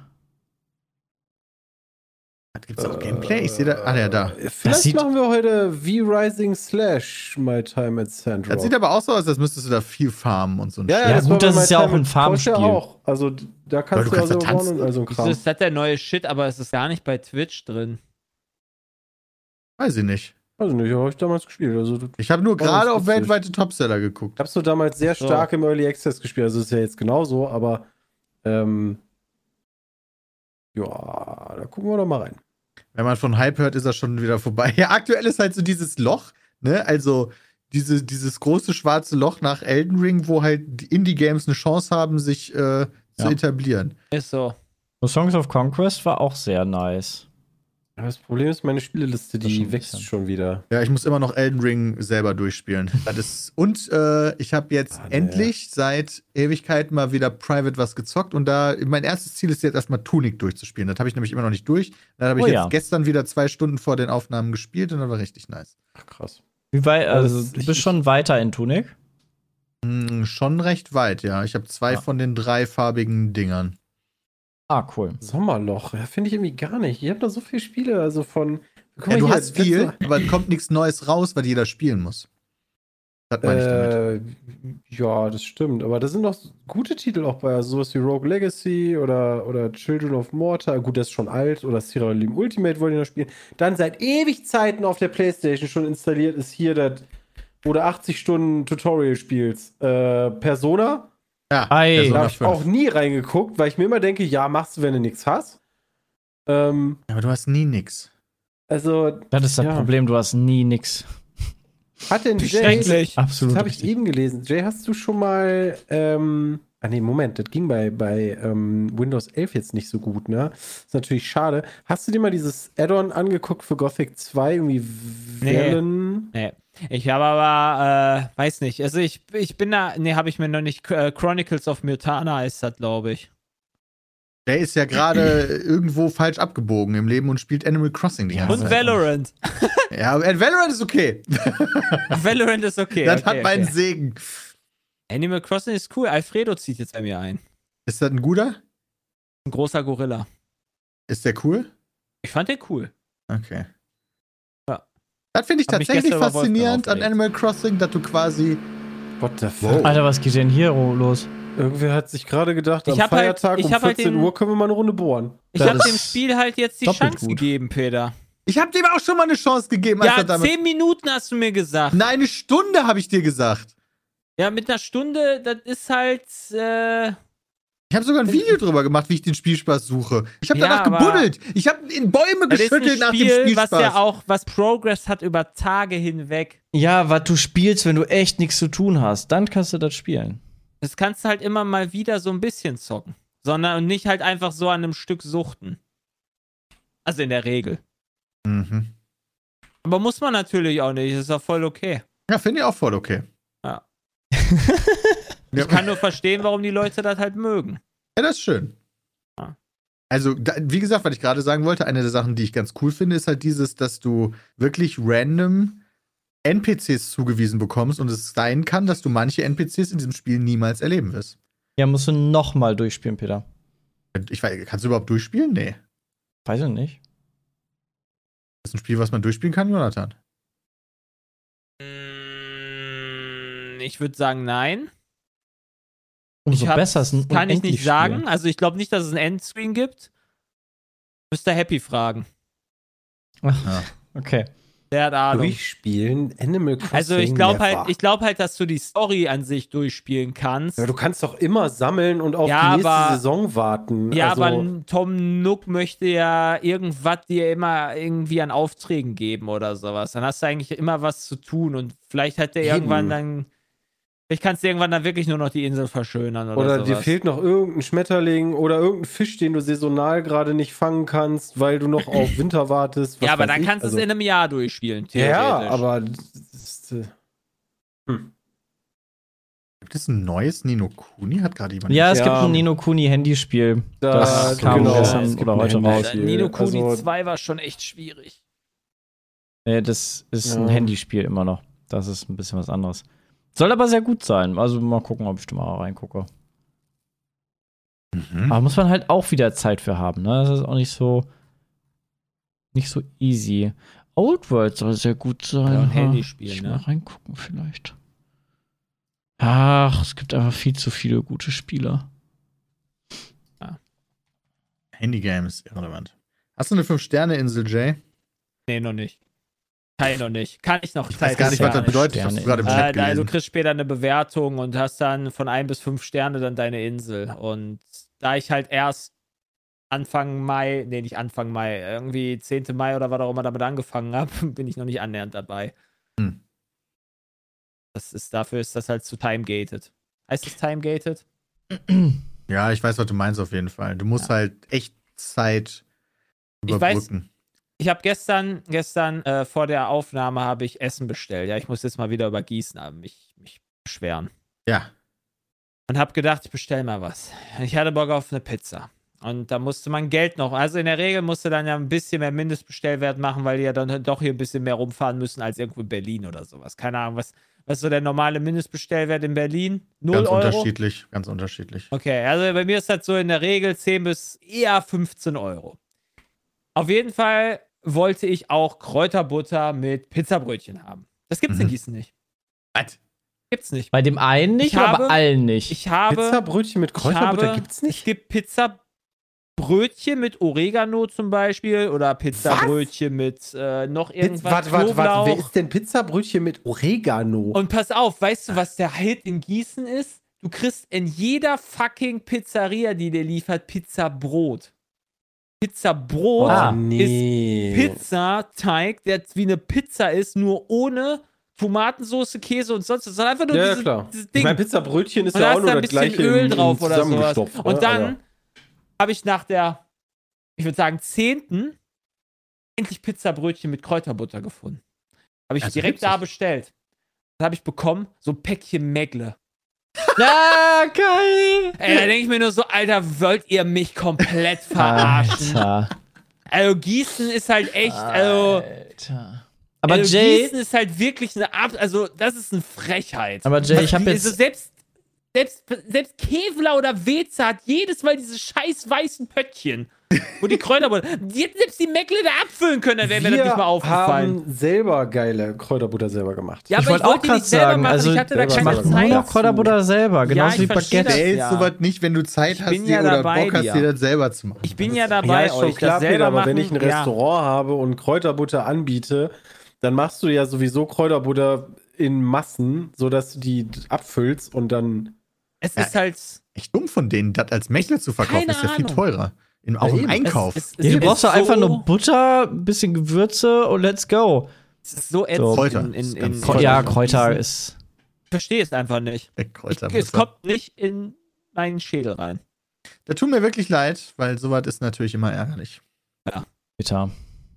Da gibt es auch Gameplay. Ich sehe da. Ah, ja, da. Das sieht- Äh, Vielleicht machen wir heute V-Rising slash My Time at Sandrock. Das sieht aber auch so aus, als müsstest du da viel farmen und so. ein Ja, Shit. war gut, bei das My ist ja Time auch ein at Porsche Farmspiel. auch. Also d- da kannst du du, kannst also da tanzen. One und all so ein Wieso Kram. ist das der neue Shit, aber es ist gar nicht bei Twitch drin? Weiß ich nicht. Also nicht, habe ich damals gespielt. Also d- Ich Oh, habe nur das gerade ist auf witzig. weltweite Topseller geguckt. Ich hab's nur damals sehr So. stark im Early Access gespielt. Also ist ja jetzt genauso, aber ähm, ja, da gucken wir doch mal rein. Wenn man von Hype hört, ist das schon wieder vorbei. *laughs* Ja, aktuell ist halt so dieses Loch, ne? Also diese, dieses große schwarze Loch nach Elden Ring, wo halt die Indie-Games eine Chance haben, sich äh, zu Ja. etablieren. Ist so. Und Songs of Conquest war auch sehr nice. Aber Das Problem ist, meine Spieleliste, Das ist schon die ein wächst bisschen. schon wieder. Ja, ich muss immer noch Elden Ring selber *laughs* durchspielen. Das ist, und äh, ich habe jetzt Ah, nee. endlich seit Ewigkeit mal wieder Private was gezockt und da mein erstes Ziel ist jetzt erstmal Tunic durchzuspielen. Das habe ich nämlich immer noch nicht durch. Dann habe ich Oh jetzt ja. gestern wieder zwei Stunden vor den Aufnahmen gespielt und das war richtig nice. Ach, krass. Wie weit, also das- du bist schon weiter in Tunic. Hm, schon recht weit, ja. Ich habe zwei Ja. von den drei farbigen Dingern. Ah, cool. Sommerloch, ja, finde ich irgendwie gar nicht. Ihr habt da so viele Spiele, also von. Guck mal Ja, du hier, hast viel, letzte- aber es kommt nichts Neues raus, weil jeder spielen muss. Das meine ich damit. Äh, ja, das stimmt. Aber da sind noch gute Titel auch bei, also sowas wie Rogue Legacy oder, oder Children of Mortar. Gut, das ist schon alt. Oder Sierra Leone Ultimate wollen die noch spielen. Dann seit ewig Zeiten auf der Playstation schon installiert ist hier das, wo du 80 Stunden Tutorial spielst. Äh, Persona. Ja, Ei. Da Persona habe ich 5. auch nie reingeguckt, weil ich mir immer denke, ja, machst du, wenn du nichts hast. Ähm, Aber du hast nie nix. also, Das ist das Ja. Problem, du hast nie nix. Hat denn Jay, Schrecklich. Absolut. das habe ich eben gelesen, Jay, hast du schon mal, ähm, ah nee, Moment, das ging bei, bei ähm, Windows 11 jetzt nicht so gut, ne? Ist natürlich schade. Hast du dir mal dieses Add-on angeguckt für Gothic 2, irgendwie Nee. Wellen? Nee. Ich habe aber, äh, weiß nicht. Also ich, ich bin da, nee, habe ich mir noch nicht. Äh, Chronicles of Mutana heißt das, glaube ich. Der ist ja gerade irgendwo falsch abgebogen im Leben und spielt Animal Crossing die ganze Und Zeit. Valorant. Ja, aber Valorant ist okay. Valorant ist *laughs* okay. das okay, hat meinen okay. Segen. Animal Crossing ist cool. Alfredo zieht jetzt bei mir ein. Ist das ein guter? Ein großer Gorilla. Ist der cool? Ich fand den cool. Okay. Ja. Das finde ich Hab tatsächlich mich gestern über Wolfgang faszinierend an aufgeregt. Animal Crossing, dass du quasi. What the fuck? Wow. Alter, was geht denn hier los? Irgendwer hat sich gerade gedacht, Ich am hab halt- Feiertag ich um hab halt 14 den- Uhr können wir mal eine Runde bohren. Ich Das habe ist dem Spiel halt jetzt die doppelt Chance gut. gegeben, Peter. Ich habe dem auch schon mal eine Chance gegeben, als er Ja, damit. zehn Minuten hast du mir gesagt. Nein, eine Stunde habe ich dir gesagt. Ja, mit einer Stunde, das ist halt. Äh, Ich habe sogar ein Video drüber gemacht, wie ich den Spielspaß suche. Ich habe Ja, danach aber- gebuddelt. Ich habe in Bäume das ist ein geschüttelt nach dem Spiel, was Spielspaß. ja auch, was Progress hat über Tage hinweg. Ja, was du spielst, wenn du echt nichts zu tun hast, dann kannst du das spielen. Das kannst du halt immer mal wieder so ein bisschen zocken. Sondern und nicht halt einfach so an einem Stück suchten. Also in der Regel. mhm. Aber muss man natürlich auch nicht, ist ja voll okay. Ja, finde ich auch voll okay. *laughs* Ja. ja, Ich kann nur verstehen, warum die Leute das halt mögen. Ja, das ist schön. Ja. Also, da, wie gesagt, was ich gerade sagen wollte, eine der Sachen, die ich ganz cool finde, ist halt dieses, dass du wirklich random NPCs zugewiesen bekommst und es sein kann, dass du manche NPCs in diesem Spiel niemals erleben wirst. Ja, musst du nochmal durchspielen, Peter. Ich weiß, kannst du überhaupt durchspielen? Nee. Weiß ich nicht. Das ist ein Spiel, was man durchspielen kann, Jonathan. Mm, Ich würde sagen, nein. Umso Ich hab's- besser ist ein Kann ich nicht unendlich sagen. Spiel. Also ich glaube nicht, dass es einen Endscreen gibt. Müsst ihr Happy fragen. Ah, Okay. Der hat Ahnung. Durchspielen, Animal Crossing. Also ich glaube never. halt, ich glaube halt, dass du die Story an sich durchspielen kannst. Ja, du kannst doch immer sammeln und auf Ja, die nächste aber- Saison warten. Ja, also, aber Tom Nook möchte ja irgendwas dir immer irgendwie an Aufträgen geben oder sowas. Dann hast du eigentlich immer was zu tun und vielleicht hat der Eben. irgendwann dann. Vielleicht kannst du irgendwann dann wirklich nur noch die Insel verschönern oder, Oder sowas. dir fehlt noch irgendein Schmetterling oder irgendein Fisch, den du saisonal gerade nicht fangen kannst, weil du noch auf Winter wartest. was Ja, aber weiß dann ich. kannst du Also- es in einem Jahr durchspielen, theoretisch. Ja, aber. das ist, äh, Gibt es ein neues Nino Kuni? Hat gerade jemand. Ja, es Ja. gibt ein Nino Kuni Handyspiel. Das da- kam genau, gestern es gibt oder ein heute raus. Alter, Nino Handyspiel. Kuni Also, 2 war schon echt schwierig. Nee, Äh, das ist ein Ja. Handyspiel immer noch. Das ist ein bisschen was anderes. Soll aber sehr gut sein. Also mal gucken, ob ich da mal reingucke. Mhm. Aber muss man halt auch wieder Zeit für haben, ne? Das ist auch nicht so nicht so easy. Old World soll sehr gut sein. Ja, ein ha? Handyspiel, ich ne? mal reingucken vielleicht. Ach, es gibt einfach viel zu viele gute Spieler. Handygames, irrelevant. Hast du eine Fünf-Sterne-Insel, Jay? Nee, noch nicht. Kann ich noch nicht. Kann ich noch. Ich weiß gar nicht, was das bedeutet. Ich hab's Sterne-Insel. gerade im Chat Äh, da, du gelesen. kriegst später eine Bewertung und hast dann von ein bis fünf Sterne dann deine Insel. Und da ich halt erst Anfang Mai, nee, nicht Anfang Mai, irgendwie 10. Mai oder was auch immer damit angefangen habe, *laughs* bin ich noch nicht annähernd dabei. Hm. Das ist, dafür ist das halt zu time-gated. Heißt das time-gated? Ja, ich weiß, was du meinst auf jeden Fall. Du musst Ja. halt echt Zeit Ich weiß- überbrücken. Ich habe gestern, gestern äh, vor der Aufnahme habe ich Essen bestellt. Ja, ich muss jetzt mal wieder über Gießen äh, mich, mich beschweren. Ja. und habe gedacht, ich bestell mal was. Ich hatte Bock auf eine Pizza. Und da musste man Geld noch. Also in der Regel musste dann ja ein bisschen mehr Mindestbestellwert machen, weil die ja dann doch hier ein bisschen mehr rumfahren müssen als irgendwo in Berlin oder sowas. Keine Ahnung, was, was ist so der normale Mindestbestellwert in Berlin? Null Ganz Euro? unterschiedlich. Ganz unterschiedlich. Okay, also bei mir ist das so in der Regel 10 bis eher 15 Euro. Auf jeden Fall wollte ich auch Kräuterbutter mit Pizzabrötchen haben. Das gibt's in Mhm. Gießen nicht. Was? Gibt's nicht. Bei dem einen nicht, Ich aber habe- bei allen nicht. Ich habe. Pizzabrötchen mit Ich Kräuterbutter habe- gibt's nicht. Es gibt Pizzabrötchen mit Oregano zum Beispiel oder Pizzabrötchen mit äh, noch Warte, irgendwas. warte, warte, Knoblauch. wer ist denn Pizzabrötchen mit Oregano? Und pass auf, weißt du, was der Hit in Gießen ist? Du kriegst in jeder fucking Pizzeria, die dir liefert, Pizzabrot. Pizzabrot Ah. Oh, ist Pizzateig, der wie eine Pizza ist, nur ohne Tomatensauce, Käse und sonst was, sondern einfach nur Ja, diese, klar. dieses Ich Ding. mein Pizzabrötchen ist und ja da auch ist nur da ein das bisschen gleiche Öl in- drauf oder sowas. zusammengestopft, ne? Und dann Aber- habe ich nach der, ich würde sagen, zehnten endlich Pizzabrötchen mit Kräuterbutter gefunden. Habe ich Also gibt's direkt da das. bestellt. Dann habe ich bekommen so ein Päckchen Megle. Ja, geil. Ey, da denke ich mir nur so, Alter, wollt ihr *laughs* mich komplett verarschen? Alter. Also Gießen ist halt echt, also, Alter. Aber also Jay, Gießen ist halt wirklich eine Ab, also das ist eine Frechheit. aber Jay, ich Die- habe also jetzt selbst, selbst, selbst Kevlar oder Weze hat jedes Mal diese scheiß weißen Pöttchen, wo die Kräuterbutter, die hätten selbst die Meckle da abfüllen können, dann wäre mir das nicht mal aufgefallen. haben selber geile Kräuterbutter selber gemacht. Ja, Ich wollte auch die gerade nicht selber sagen, machen, also ich hatte da selber keine machen. macht Zeit nur noch Zeit. Kräuterbutter selber, genauso ich wie Baguette. verstehe das. Stellst ja. sowas nicht, wenn du Zeit Ich hast bin dir ja oder dabei, Bock hast, ja. dir das selber zu machen. Ich bin ja ja, dabei, ist schon euch klar, das selber Peter, aber machen. wenn ich ein Restaurant habe und Kräuterbutter anbiete, dann machst du ja sowieso Kräuterbutter in Massen, sodass du die abfüllst und dann. ja. Es ist halt, Echt dumm von denen, das als Mächler zu verkaufen, Keine ist ja viel Ahnung. teurer. Im, auch im eben. Einkauf. Es, es, es Ja, du ist brauchst ja so, einfach nur Butter, ein bisschen Gewürze und let's go. es ist so ätzend. So. Kräuter. In, in, Ist in, ganz Krä- Kräuter. Ja, Kräuter ist. Ich verstehe es einfach nicht. Der Kräuter- Ich, es kommt nicht in meinen Schädel rein. Da tut mir wirklich leid, weil sowas ist natürlich immer ärgerlich. Bitter.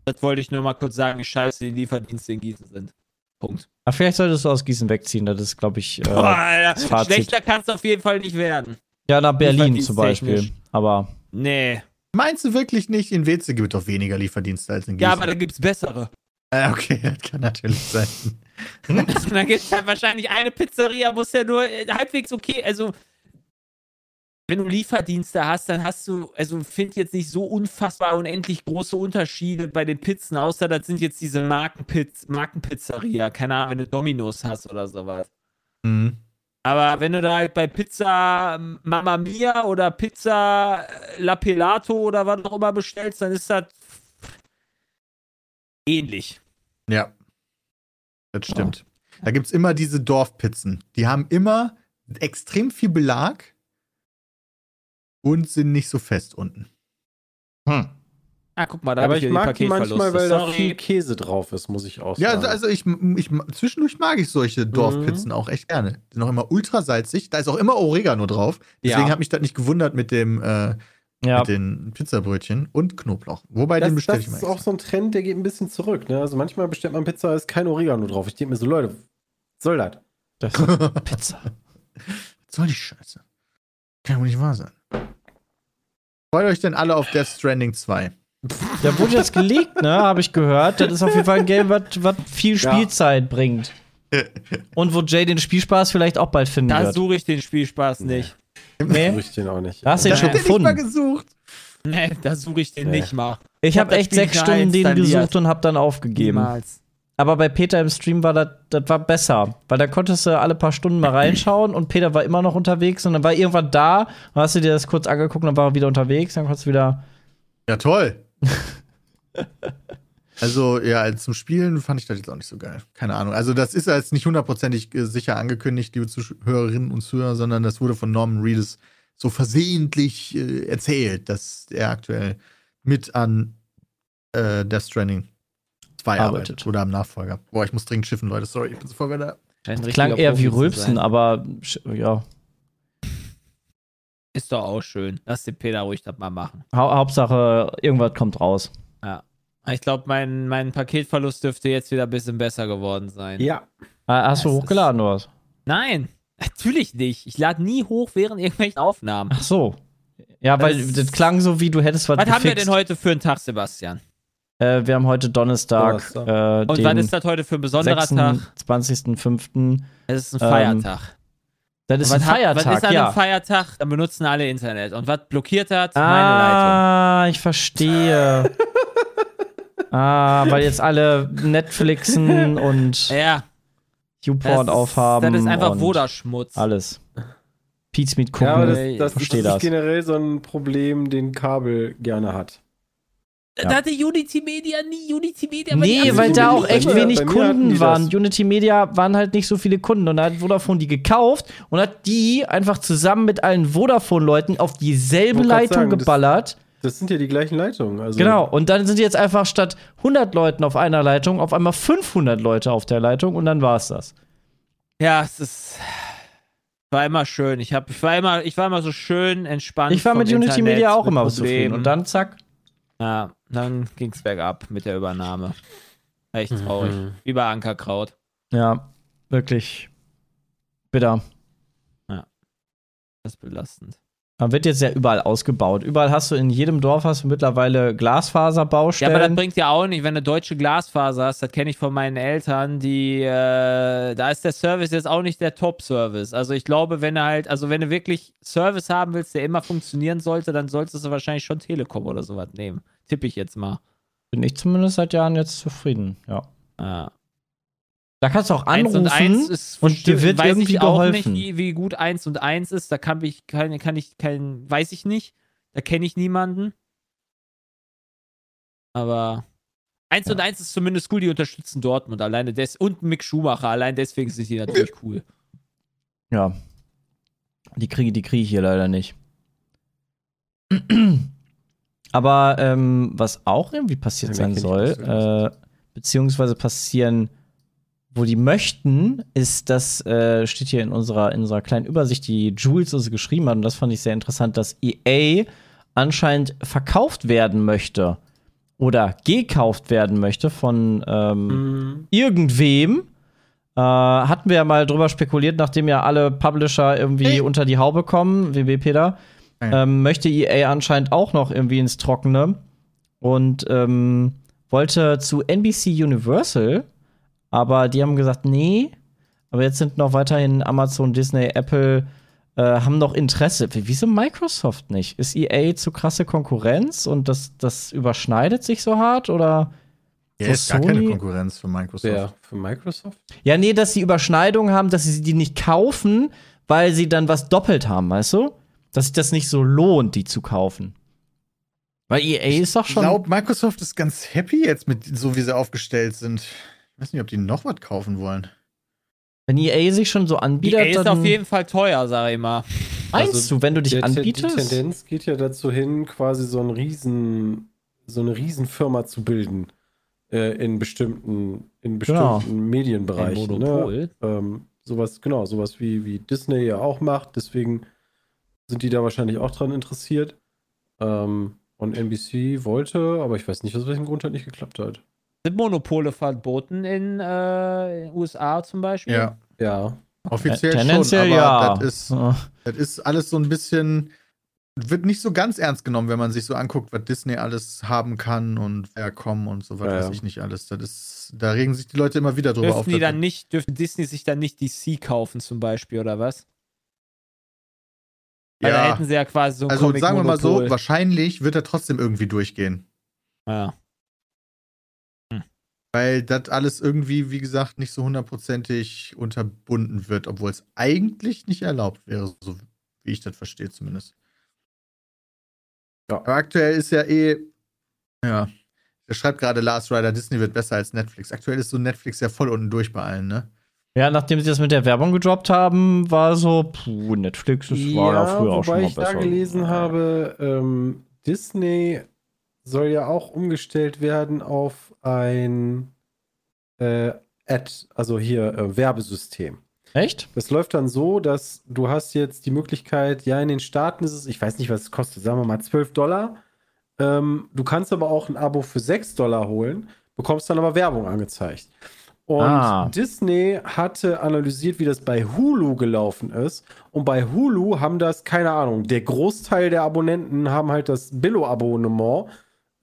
Das wollte ich nur mal kurz sagen. Scheiße, die Lieferdienste in Gießen sind. Punkt. Aber vielleicht solltest du aus Gießen wegziehen, das ist, glaube ich. Boah, Äh, das Alter, Fazit. schlechter kannst du auf jeden Fall nicht werden. ja, nach Berlin zum Lieferdiensttechnisch. Beispiel. Aber Nee. Meinst du wirklich nicht, in Weze gibt es doch weniger Lieferdienste als in Gießen? Ja, aber da gibt's bessere. *laughs* Ah, okay, *laughs* das kann natürlich sein. Und dann gibt's halt wahrscheinlich eine Pizzeria, muss ja nur äh, halbwegs okay, also wenn du Lieferdienste hast, dann hast du, also find jetzt nicht so unfassbar unendlich große Unterschiede bei den Pizzen, außer das sind jetzt diese Markenpiz Markenpizzeria, keine Ahnung, wenn du Dominos hast oder sowas. Mhm. Aber wenn du da halt bei Pizza ähm, Mamma Mia oder Pizza äh, La Pelato oder was auch immer bestellst, dann ist das ähnlich. Ja. Das stimmt. Da gibt es immer diese Dorfpizzen. Die haben immer extrem viel Belag und sind nicht so fest unten. Ah, guck mal, da aber habe ich ich, mag die die Paketverluste. manchmal, weil da Sorry. viel Käse drauf ist, muss ich auch Ja, sagen. also, also ich, ich zwischendurch mag ich solche Dorfpizzen auch echt gerne. Die sind auch immer ultra salzig. Da ist auch immer Oregano drauf. Deswegen Ja. hat mich das nicht gewundert mit dem äh, ja. mit den Pizzabrötchen und Knoblauch. Wobei den das, bestelle das ich mal. ist extra. auch so ein Trend, der geht ein bisschen zurück. Ne? Also manchmal bestellt man Pizza, da ist kein Oregano drauf. Ich denke mir so, Leute, was soll das? Das Pizza. Was soll die Scheiße? Kann wohl nicht wahr sein. Freut euch denn alle auf Death Stranding 2? Da wurde jetzt gelegt, ne? Habe ich gehört. Das ist auf jeden Fall ein Game, was was viel Ja. Spielzeit bringt. Und wo Jay den Spielspaß vielleicht auch bald finden Da wird. suche ich den Spielspaß nicht. *laughs* Nee? Ich den auch nicht. Da hast du den Das schon habt ihr nicht mal gefunden. gesucht. Nee, da suche ich den Nee. nicht mal. Ich hab habe das echt Spiel sechs da Stunden den installiert. gesucht und habe dann aufgegeben. Niemals. Aber bei Peter im Stream war das, das war besser, weil da konntest du alle paar Stunden mal reinschauen und Peter war immer noch unterwegs und dann war irgendwann da und hast du dir das kurz angeguckt und dann war er wieder unterwegs, dann konntest du wieder. Ja, toll. *laughs* also, ja, zum Spielen fand ich das jetzt auch nicht so geil. Keine Ahnung. Also, das ist jetzt nicht hundertprozentig äh, sicher angekündigt, liebe Zuhörerinnen und Zuhörer, sondern das wurde von Norman Reedus so versehentlich äh, erzählt, dass er aktuell mit an äh, Death Stranding 2 arbeitet. Arbeitet. Oder am Nachfolger. Boah, ich muss dringend schiffen, Leute. Sorry, ich bin so voll wieder. Scheint ein Klang richtiger eher wie Profi zu Rülpsen, sein. aber sch- ja, Ist doch auch schön. Lass den Peter ruhig das mal machen. Hau Hauptsache irgendwas kommt raus. Ich glaube, mein, mein Paketverlust dürfte jetzt wieder ein bisschen besser geworden sein. Ja. Äh, Hast du Das ist- hochgeladen oder was? Nein, natürlich nicht. Ich lade nie hoch während irgendwelchen Aufnahmen. Ach so. Ja, weil Das- das, klang so wie du hättest was Was haben wir gefixt. denn heute für einen Tag, Sebastian? Äh, wir haben heute Donnerstag, äh, Und den wann ist das heute für ein besonderer Tag? 26.05. Es ist ein ähm, Feiertag. Das ist Und ein was hat- Was Feiertag, ist an ja. einem Feiertag? Dann benutzen alle Internet. Und was blockiert hat? Meine Leitung. Ah, ich *laughs* verstehe. ah, weil jetzt alle Netflixen und Ja, das YouPorn ist, aufhaben. das ist einfach und Vodaschmutz. Alles. Pizza mit Ja, aber Kuchen. das, Nee, das, versteh das das. ist genau generell so ein Problem, den Kabel gerne hat. Da Ja. hatte Unity Media nie Unity Media. die Nee, haben weil so da auch beliebt. echt Bei mir- wenig bei mir hatten Kunden die waren. das. Unity Media waren halt nicht so viele Kunden. Und da hat Vodafone die gekauft und hat die einfach zusammen mit allen Vodafone-Leuten auf dieselbe Wollte grad Leitung sagen, das- geballert. Das sind ja die gleichen Leitungen. Also Genau, und dann sind jetzt einfach statt 100 Leuten auf einer Leitung auf einmal 500 Leute auf der Leitung und dann war es das. Ja, es ist. War immer schön. Ich, hab, ich, war immer, ich war immer so schön entspannt. Ich war vom mit Unity Internet, Media auch mit immer Problemen. zufrieden und dann zack. Ja, dann ging's bergab mit der Übernahme. Echt traurig. Mhm. Wie bei Ankerkraut. Ja, wirklich bitter. Das ist belastend. Man wird jetzt ja überall ausgebaut. Überall hast du in jedem Dorf hast du mittlerweile Ja, Glasfaserbaustellen. aber das bringt ja auch nicht, wenn du deutsche Glasfaser hast. Das kenne ich von meinen Eltern, die äh, da ist der Service jetzt auch nicht der Top-Service. Also ich glaube, wenn du halt, also wenn du wirklich Service haben willst, der immer funktionieren sollte, dann solltest du wahrscheinlich schon Telekom oder sowas nehmen. Tippe ich jetzt mal. Bin ich zumindest seit Jahren jetzt zufrieden. Ja. Ja. Da kannst du auch Eins anrufen. und eins ist und dir wird weiß irgendwie ich auch nicht, geholfen. wie, wie gut eins und eins ist. Da kann ich, kann, kann ich kein, weiß ich nicht. Da kenne ich niemanden. Aber eins und eins ist zumindest cool. Die unterstützen Dortmund alleine des und Mick Schumacher. Allein deswegen sind die natürlich cool. Ja. Die kriege die kriege ich hier leider nicht. *clears throat* Aber ähm, was auch irgendwie passiert Ja, sein den kenn ich soll, äh, beziehungsweise passieren, wo die möchten, ist, das äh, steht hier in unserer, in unserer kleinen Übersicht, die Jules uns geschrieben hat, und das fand ich sehr interessant, dass EA anscheinend verkauft werden möchte oder gekauft werden möchte von ähm, Mhm. irgendwem. Äh, hatten wir ja mal drüber spekuliert, nachdem ja alle Publisher irgendwie unter die Haube kommen, WB Peter, Ja. ähm, möchte EA anscheinend auch noch irgendwie ins Trockene und ähm, wollte zu NBC Universal, aber die haben gesagt, nee, aber jetzt sind noch weiterhin Amazon, Disney, Apple äh, haben noch Interesse. W- Wieso Microsoft nicht? Ist EA zu krasse Konkurrenz und das, das überschneidet sich so hart oder? Ja, Für ist gar keine Sony- Konkurrenz für Microsoft. Wer? Für Microsoft? Ja, nee, dass sie Überschneidungen haben, dass sie die nicht kaufen, weil sie dann was doppelt haben, weißt du? Dass sich das nicht so lohnt, die zu kaufen. Weil EA ist doch Ich schon. glaube, Microsoft ist ganz happy jetzt mit so, wie sie aufgestellt sind. Ich weiß nicht, ob die noch was kaufen wollen. wenn EA sich schon so Die anbietet, E A ist dann auf jeden Fall teuer, sag ich mal. meinst also du, wenn du dich Der Te- Die anbietest? Tendenz geht ja dazu hin, quasi so ein Riesen, so eine Riesenfirma zu bilden äh, in bestimmten, in Genau. bestimmten Medienbereichen. Ne? Ähm, sowas, genau, sowas wie, wie Disney ja auch macht, deswegen sind die da wahrscheinlich auch dran interessiert. Ähm, und NBC wollte, aber ich weiß nicht, aus welchem Grund halt nicht geklappt hat. Sind Monopole verboten in äh, in USA zum Beispiel? Ja. Offiziell Tendenziell schon, aber ja. das, ist, Ja. das ist alles so ein bisschen. Wird nicht so ganz ernst genommen, wenn man sich so anguckt, was Disney alles haben kann und wer kommen und so weiter, Ja, weiß ja. ich nicht alles. Das ist, da regen sich die Leute immer wieder drüber auf. Dürfen die dass- dann nicht, dürfen Disney sich dann nicht DC kaufen zum Beispiel oder was? Weil da ja, hätten sie ja quasi so ein also sagen wir mal so, Comic-Monopol. wahrscheinlich wird er trotzdem irgendwie durchgehen. Ja. Weil das alles irgendwie, wie gesagt, nicht so hundertprozentig unterbunden wird, obwohl es eigentlich nicht erlaubt wäre, so wie ich das verstehe zumindest. Ja. Aber aktuell ist ja eh, ja, er schreibt gerade Last Rider, Disney wird besser als Netflix. Aktuell ist so Netflix ja voll unten durch bei allen, ne? ja, nachdem sie das mit der Werbung gedroppt haben, war so, puh, Netflix das war ja früher auch schon wobei mal ich besser. da gelesen habe, ähm, Disney soll ja auch umgestellt werden auf ein äh, Ad, also hier äh, Werbesystem. Echt? Das läuft dann so, dass du hast jetzt die Möglichkeit, ja, in den Staaten ist es, ich weiß nicht, was es kostet, sagen wir mal 12 Dollar. Ähm, du kannst aber auch ein Abo für 6 Dollar holen, bekommst dann aber Werbung angezeigt. Und Ah. Disney hatte analysiert, wie das bei Hulu gelaufen ist. Und bei Hulu haben das, keine Ahnung, der Großteil der Abonnenten haben halt das Billo-Abonnement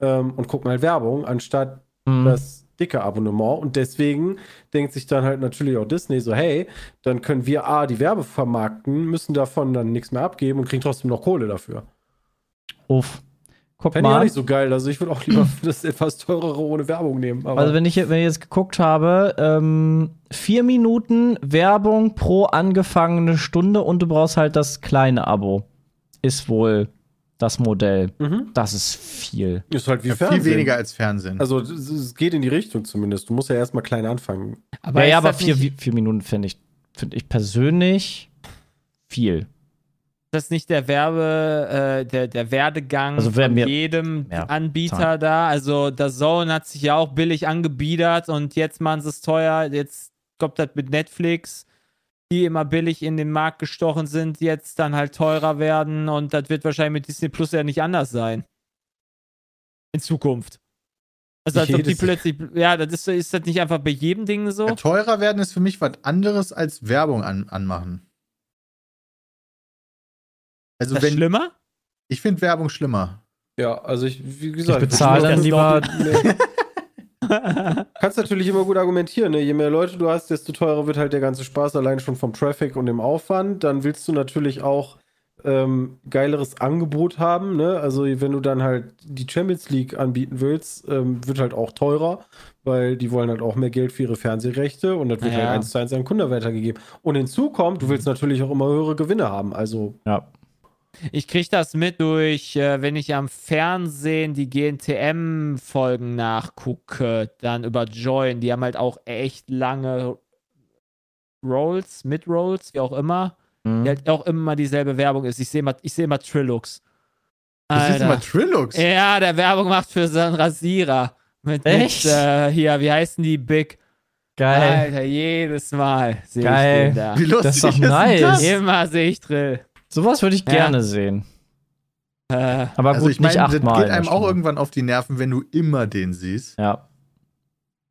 ähm, und gucken halt Werbung, anstatt Hm. das dicke Abonnement. Und deswegen denkt sich dann halt natürlich auch Disney so, hey, dann können wir A, die Werbe vermarkten, müssen davon dann nichts mehr abgeben und kriegen trotzdem noch Kohle dafür. Uff. Guck Fände ich auch mal. nicht so geil. Also ich würde auch lieber *laughs* das etwas teurere ohne Werbung nehmen. Aber Also wenn ich, wenn ich jetzt geguckt habe, ähm, vier Minuten Werbung pro angefangene Stunde und du brauchst halt das kleine Abo. Ist wohl das Modell. mhm. Das ist viel. ist halt wie Ja, Fernsehen. viel weniger als Fernsehen. Also es- es geht in die Richtung zumindest. Du musst ja erstmal klein anfangen. Aber ja, ist ja aber das vier, nicht- vier Minuten finde ich, finde ich persönlich viel. das nicht der Werbe, äh, der, der Werdegang Also wer von mehr- jedem mehr Anbieter zahlt. da? Also der Zone hat sich ja auch billig angebiedert und jetzt machen sie es teuer. Jetzt kommt das mit Netflix, die immer billig in den Markt gestochen sind, jetzt dann halt teurer werden und das wird wahrscheinlich mit Disney Plus ja nicht anders sein. In Zukunft. Also als ob die Jedes- plötzlich, ja, das ist, ist das nicht einfach bei jedem Ding so? Ja, teurer werden ist für mich was anderes als Werbung an, anmachen. Also das wenn schlimmer? ich finde Werbung schlimmer. Ja, also ich, wie gesagt, Ich bezahle dann das lieber- doppelt- nee. Kannst natürlich immer gut argumentieren, ne? Je mehr Leute du hast, desto teurer wird halt der ganze Spaß allein schon vom Traffic und dem Aufwand. Dann willst du natürlich auch ähm, geileres Angebot haben, ne? Also wenn du dann halt die Champions League anbieten willst, ähm, wird halt auch teurer, weil die wollen halt auch mehr Geld für ihre Fernsehrechte und das wird Naja. halt eins zu eins an Kunden weitergegeben. Und hinzu kommt, du willst natürlich auch immer höhere Gewinne haben. Also Ja. Ich kriege das mit durch, äh, wenn ich am Fernsehen die GNTM-Folgen nachgucke, dann über Join. Die haben halt auch echt lange Rolls, Mid-Rolls, wie auch immer. Mhm. Die halt auch immer dieselbe Werbung ist. Ich sehe immer, ich seh immer Trilux. Das ist mal Alter. Trilux. Ja, der Werbung macht für seinen Rasierer. Mit, Echt? Mit, äh, hier, wie heißen die? Big. Geil. Alter, jedes Mal sehe ich Geil. den da. Wie lustig Das ist doch denn nice. das? Immer sehe ich Drill. Sowas würde ich Ja. gerne sehen. Äh, Aber Also gut, ich meine, nicht das achtmal. geht in der einem auch Stunde. irgendwann auf die Nerven, wenn du immer den siehst. Ja.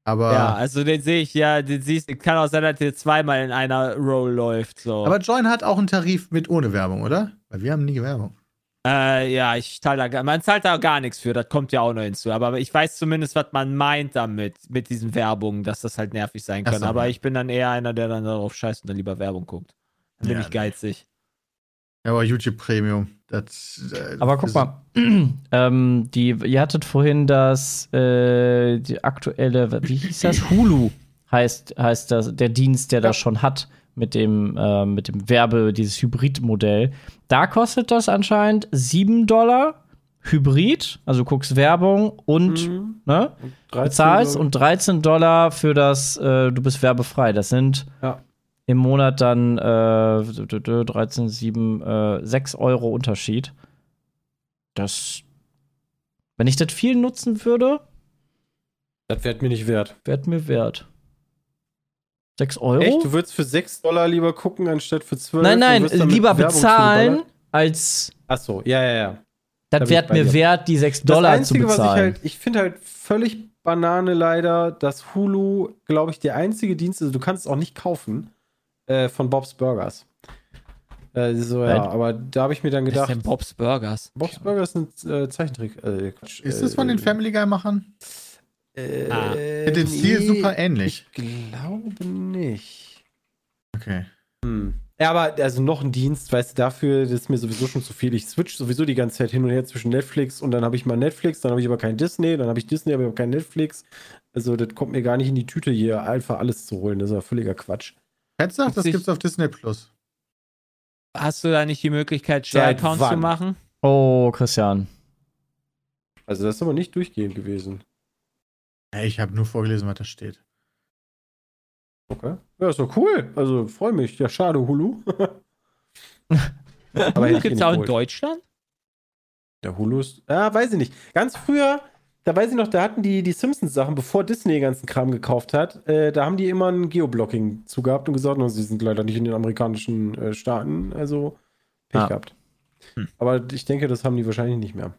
Aber, Ja, also den sehe ich, ja, den siehst Kann auch sein, dass der zweimal in einer Roll läuft. So. aber Join hat auch einen Tarif mit ohne Werbung, oder? Weil wir haben nie Werbung. äh, ja, ich zahle da gar- Man zahlt da gar nichts für, das kommt ja auch noch hinzu. Aber ich weiß zumindest, was man meint damit, mit diesen Werbungen, dass das halt nervig sein Ach kann. so, aber ja. ich bin dann eher einer, der dann darauf scheißt und dann lieber Werbung guckt. Dann bin Ja, ne. ich nee. geizig. Ja, aber YouTube Premium. Das, äh, Aber guck ist- mal, *clears throat* ähm, die, ihr hattet vorhin das, äh, die aktuelle, wie hieß das? Hulu heißt, heißt das, der Dienst, der das schon hat mit dem, äh, mit dem Werbe, dieses Hybrid-Modell. Da kostet das anscheinend 7 Dollar Hybrid, also du guckst Werbung und, mhm. ne, 13, bezahlst glaub ich. und 13 Dollar für das, äh, du bist werbefrei. Das sind Ja. im Monat dann äh, 13, 7, äh, 6 Euro Unterschied. Das, wenn ich das viel nutzen würde, das wird mir nicht wert. wäre mir wert. 6 Euro? Echt? Du würdest für 6 Dollar lieber gucken, anstatt für 12? nein, und nein, wirst dann mit lieber Werbung bezahlen, zuballert? als Ach so, ja, ja, ja. das Da bin ich wäre bei mir dir. wert, die 6 Das Dollar Einzige, zu was ich bezahlen. halt, ich finde halt völlig Banane leider, dass Hulu, glaube ich, der einzige Dienst ist, du kannst es auch nicht kaufen, äh, von Bob's Burgers. Äh, so, ja, Nein. aber da habe ich mir dann Das gedacht, sind Bob's Burgers. Bob's Burgers ist ein äh, Zeichentrick. Äh, Quatsch, Ist äh, das von den Family Guy-Machern? Äh, Ah. Mit dem Stil nee, super ähnlich. Ich glaube nicht. Okay. Ja, aber also noch ein Dienst, weißt du, dafür das ist mir sowieso schon zu viel. Ich switch sowieso die ganze Zeit hin und her zwischen Netflix und dann habe ich mal Netflix, dann habe ich aber kein Disney, dann habe ich Disney, aber ich habe kein Netflix. Also das kommt mir gar nicht in die Tüte, hier einfach alles zu holen. Das ist ja völliger Quatsch. Pet sagt, das Witzig. gibt's auf Disney Plus. Hast du da nicht die Möglichkeit, Share-Accounts wann? zu machen? oh, Christian. Also das ist aber nicht durchgehend gewesen. Ey, Ich habe nur vorgelesen, was da steht. Okay. Ja, ist doch cool. Also freue mich. Ja, schade, Hulu. *laughs* aber hätte ich Gibt es nicht auch in geholt. Deutschland? Der Hulu ist. Ah, weiß ich nicht. Ganz früher, da weiß ich noch, da hatten die die Simpsons-Sachen, bevor Disney den ganzen Kram gekauft hat, äh, da haben die immer ein Geoblocking zugehabt und gesagt, "Na, sie sind leider nicht in den amerikanischen äh, Staaten, also Pech Ah. gehabt. Hm. Aber ich denke, das haben die wahrscheinlich nicht mehr.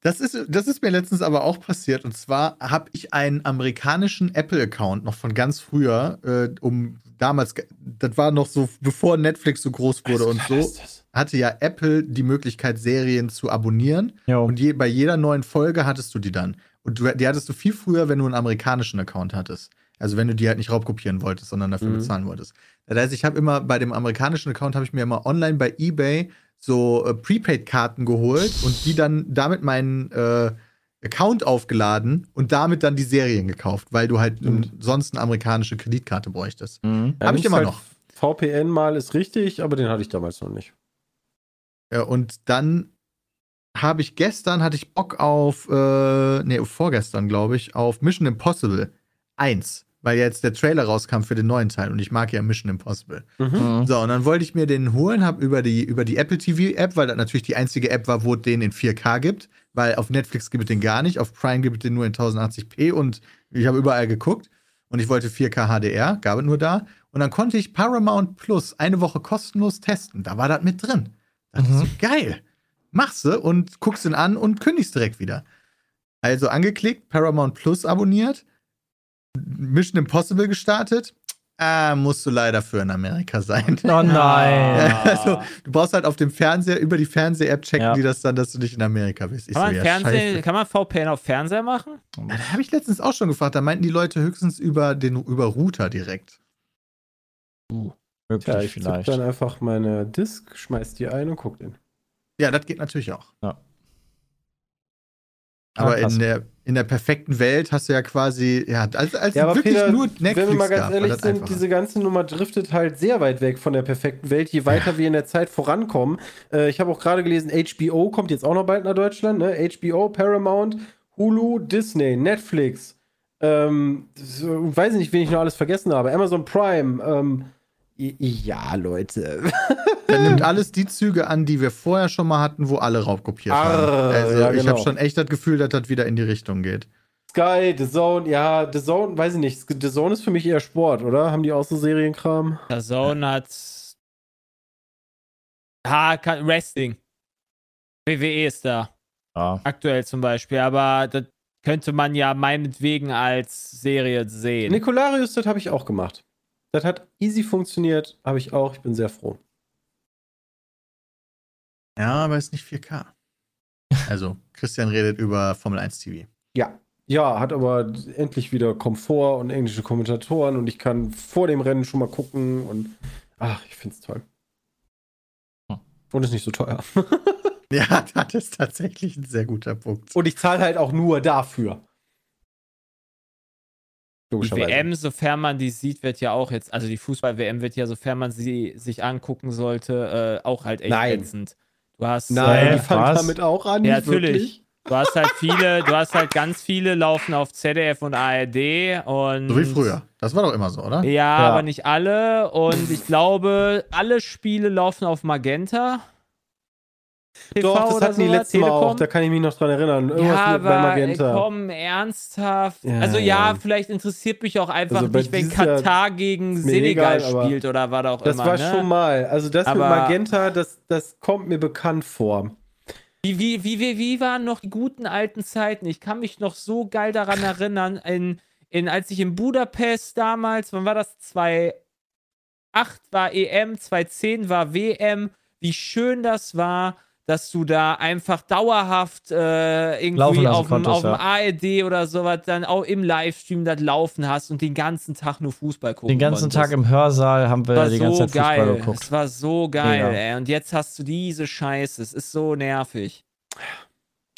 Das ist, das ist mir letztens aber auch passiert. Und zwar habe ich einen amerikanischen Apple-Account noch von ganz früher, äh, um damals, ge- das war noch so, bevor Netflix so groß wurde und so, hatte ja Apple die Möglichkeit, Serien zu abonnieren. Jo. Und je, bei jeder neuen Folge hattest du die dann. Und du, die hattest du viel früher, wenn du einen amerikanischen Account hattest. Also wenn du die halt nicht raubkopieren wolltest, sondern dafür Mhm. bezahlen wolltest. Das heißt, ich habe immer bei dem amerikanischen Account habe ich mir immer online bei eBay so äh, Prepaid-Karten geholt und die dann damit meinen äh, Account aufgeladen und damit dann die Serien gekauft, weil du halt Stimmt. ähm, sonst eine amerikanische Kreditkarte bräuchtest. Mhm. Mhm. Ja, halt Hab ich nimmst immer noch. VPN mal ist richtig, aber den hatte ich damals noch nicht. Ja, und dann habe ich gestern, hatte ich Bock auf, äh, nee, vorgestern, glaube ich, auf Mission Impossible 1. Weil jetzt der Trailer rauskam für den neuen Teil und ich mag ja Mission Impossible. Mhm. So, und dann wollte ich mir den holen, habe über die, über die Apple TV App, weil das natürlich die einzige App war, wo es den in 4K gibt, weil auf Netflix gibt es den gar nicht, auf Prime gibt es den nur in 1080p und ich habe überall geguckt und ich wollte 4K HDR, gab es nur da. Und dann konnte ich Paramount Plus eine Woche kostenlos testen. Da war das mit drin. Das ist Mhm. so geil. Machst du und guckst ihn an und kündigst direkt wieder. Also angeklickt, Paramount Plus abonniert, Mission Impossible gestartet. Ah, musst du leider für in Amerika sein. *laughs* Oh Ah, nein. *laughs* Also, du brauchst halt auf dem Fernseher, über die Fernseh-App checken Ja. die das dann, dass du nicht in Amerika bist. Ich Kann man, ja, Fernsehen, scheiße. kann man VPN auf Fernseher machen? Ja, Da habe ich letztens auch schon gefragt. Da meinten die Leute höchstens über, den, über Router direkt. Möglich Tja, ich tippe vielleicht. dann einfach meine Disk, schmeiß die ein und guck den. Ja, das geht natürlich auch. Ja. Aber Ah, krass. in, der, in der perfekten Welt hast du ja quasi, ja, als, als Ja, aber wirklich Peter, nur Netflix Wenn wir mal ganz gab, war ehrlich das sind, einfacher. diese ganze Nummer driftet halt sehr weit weg von der perfekten Welt, je weiter wir in der Zeit vorankommen. Äh, ich habe auch gerade gelesen, HBO kommt jetzt auch noch bald nach Deutschland, ne? HBO, Paramount, Hulu, Disney, Netflix. Ähm, so, weiß nicht, wen ich noch alles vergessen habe. Amazon Prime. Ähm, i- ja, Leute. *laughs* Dann nimmt alles die Züge an, die wir vorher schon mal hatten, wo alle raubkopiert Arr, haben. Also ja, ich genau. habe schon echt das Gefühl, dass das wieder in die Richtung geht. Sky, The Zone, ja, The Zone, weiß ich nicht. The Zone ist für mich eher Sport, oder? Haben die auch so Serienkram? Der Zone hat. Ha, kann, Wrestling. WWE ist da. Ja. Aktuell zum Beispiel. Aber das könnte man ja meinetwegen als Serie sehen. Nikolarius, das habe ich auch gemacht. Das hat easy funktioniert, habe ich auch. Ich bin sehr froh. Ja, aber ist nicht 4K. Also, Christian redet über Formel 1 TV. Ja. Ja, hat aber endlich wieder Komfort und englische Kommentatoren und ich kann vor dem Rennen schon mal gucken und ach, ich find's toll. Hm. Und ist nicht so teuer. *laughs* Ja, *laughs* das ist tatsächlich ein sehr guter Punkt. Und ich zahle halt auch nur dafür. Die WM, sofern man die sieht, wird ja auch jetzt, also die Fußball-WM wird ja, sofern man sie sich angucken sollte, äh, auch halt echt Nein. ätzend. Du hast, Nein, Äh, die fangen was? damit auch an. Ja, nicht natürlich. wirklich. du hast halt viele, du hast halt ganz viele laufen auf ZDF und ARD und. Mhm. So wie früher. Das war doch immer so, oder? Ja, aber nicht alle. Und ich glaube, alle Spiele laufen auf Magenta. TV Doch, das oder hatten die sowas, letzte Mal auch, Telekom. da kann ich mich noch dran erinnern. Irgendwas ja, mit bei aber Magenta. Ey, komm, ernsthaft. Ja, also ja, ja. vielleicht interessiert mich auch einfach Also bei nicht, wenn dieses Jahr- Katar gegen Ist mir Senegal egal, aber spielt oder war da auch das immer. war ne? schon mal. Also das Aber- mit Magenta, das, das kommt mir bekannt vor. Wie, wie, wie, wie, wie waren noch die guten alten Zeiten? Ich kann mich noch so geil daran erinnern, in, in, als ich in Budapest damals, wann war das? 2008 war E EM, 2010 war WM, wie schön das war, dass du da einfach dauerhaft äh, Laufen irgendwie lassen auf dem, konntest, auf dem ja. ARD oder sowas dann auch im Livestream das laufen hast und den ganzen Tag nur Fußball gucken Den ganzen konntest. Tag im Hörsaal haben wir war die ganze so Zeit Fußball geil. Es geguckt. war so geil, Mega. ey. Und jetzt hast du diese Scheiße. Es ist so nervig.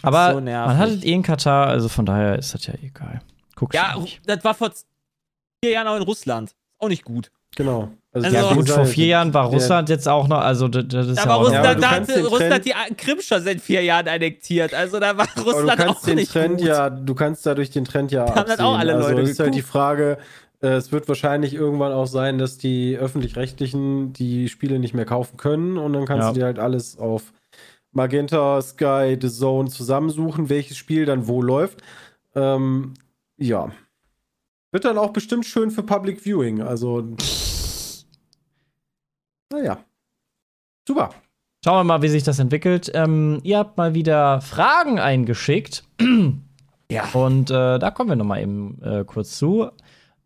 Aber so nervig. man hattet eh in Katar, also von daher ist das ja egal. Guckst Ja, du nicht. das war vor z- vier Jahren auch in Russland. Auch nicht gut. Genau. Also- ja so- gut, vor vier Jahren war Ja. Russland jetzt auch noch, also das, das ist Da war ja auch aber Russland, noch, du da kannst hatte den Russland Trend- die A- Krim schon seit vier Jahren annektiert. Also da war Aber du Russland kannst auch den nicht Trend gut. ja, du kannst dadurch den Trend ja Da haben das auch alle also Leute es ist halt die geguckt. Frage, äh, es wird wahrscheinlich irgendwann auch sein, dass die öffentlich-rechtlichen die Spiele nicht mehr kaufen können und dann kannst Ja. du dir halt alles auf Magenta, Sky, The Zone zusammensuchen, welches Spiel dann wo läuft. Ähm, ja. Wird dann auch bestimmt schön für Public Viewing. *laughs* Also, naja. Super. Schauen wir mal, wie sich das entwickelt. Ähm, ihr habt mal wieder Fragen eingeschickt. Ja. Und äh, da kommen wir noch mal eben äh, kurz zu.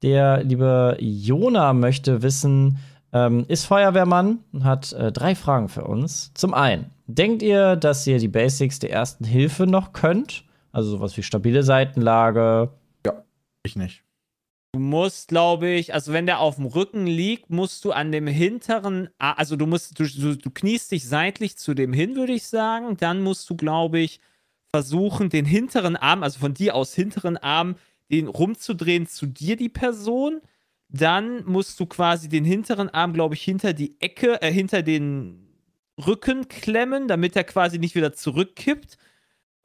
Der liebe Jona möchte wissen, ähm, ist Feuerwehrmann und hat äh, drei Fragen für uns. Zum einen, denkt ihr, dass ihr die Basics der ersten Hilfe noch könnt? Also sowas wie stabile Seitenlage. Ich nicht. Du musst, glaube ich, also wenn der auf dem Rücken liegt, musst du an dem hinteren, A- also du musst, du, du, du kniest dich seitlich zu dem hin, würde ich sagen. Dann musst du, glaube ich, versuchen, den hinteren Arm, also von dir aus hinteren Arm, den rumzudrehen zu dir, die Person. Dann musst du quasi den hinteren Arm, glaube ich, hinter die Ecke, äh, hinter den Rücken klemmen, damit er quasi nicht wieder zurückkippt.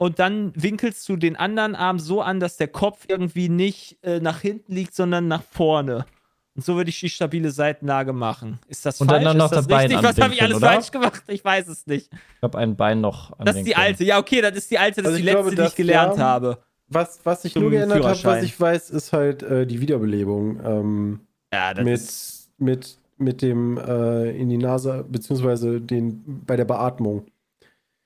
und dann winkelst du den anderen Arm so an, dass der Kopf irgendwie nicht äh, nach hinten liegt, sondern nach vorne. Und so würde ich die stabile Seitenlage machen. Ist das Und dann falsch? noch ist das das Bein richtig? Was habe ich anwinkeln, alles oder? falsch gemacht? Ich weiß es nicht. Ich habe ein Bein noch an Das ist die alte. Ja, okay, das ist die alte, das Also ist die ich letzte, glaube, die ich das gelernt Jahr- habe. Was, was ich Zum nur geändert habe, was Führerschein. ich weiß, ist halt äh, die Wiederbelebung ähm, Ja, das mit, ist mit, mit dem äh, in die Nase, beziehungsweise den, bei der Beatmung.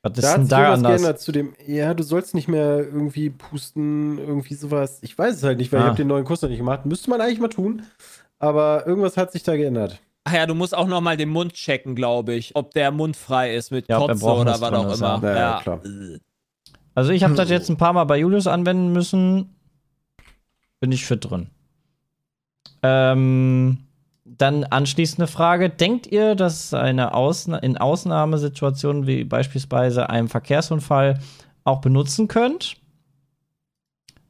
Was ist Da hat denn sich da da was anders? geändert zu dem, ja, du sollst nicht mehr irgendwie pusten, irgendwie sowas. Ich weiß es halt nicht, weil Ah. ich habe den neuen Kurs noch nicht gemacht. Müsste man eigentlich mal tun. Aber irgendwas hat sich da geändert. Ach ja, du musst auch noch mal den Mund checken, glaube ich, ob der Mund frei ist mit Ja, ob der Kotze Bronchus oder was drin auch ist, immer. ja. Ja, ja, klar. Also ich habe das jetzt ein paar Mal bei Julius anwenden müssen. Bin ich fit drin. Ähm, dann anschließende Frage. Denkt ihr, dass eine Ausna in Ausnahmesituationen wie beispielsweise einem Verkehrsunfall auch benutzen könnt?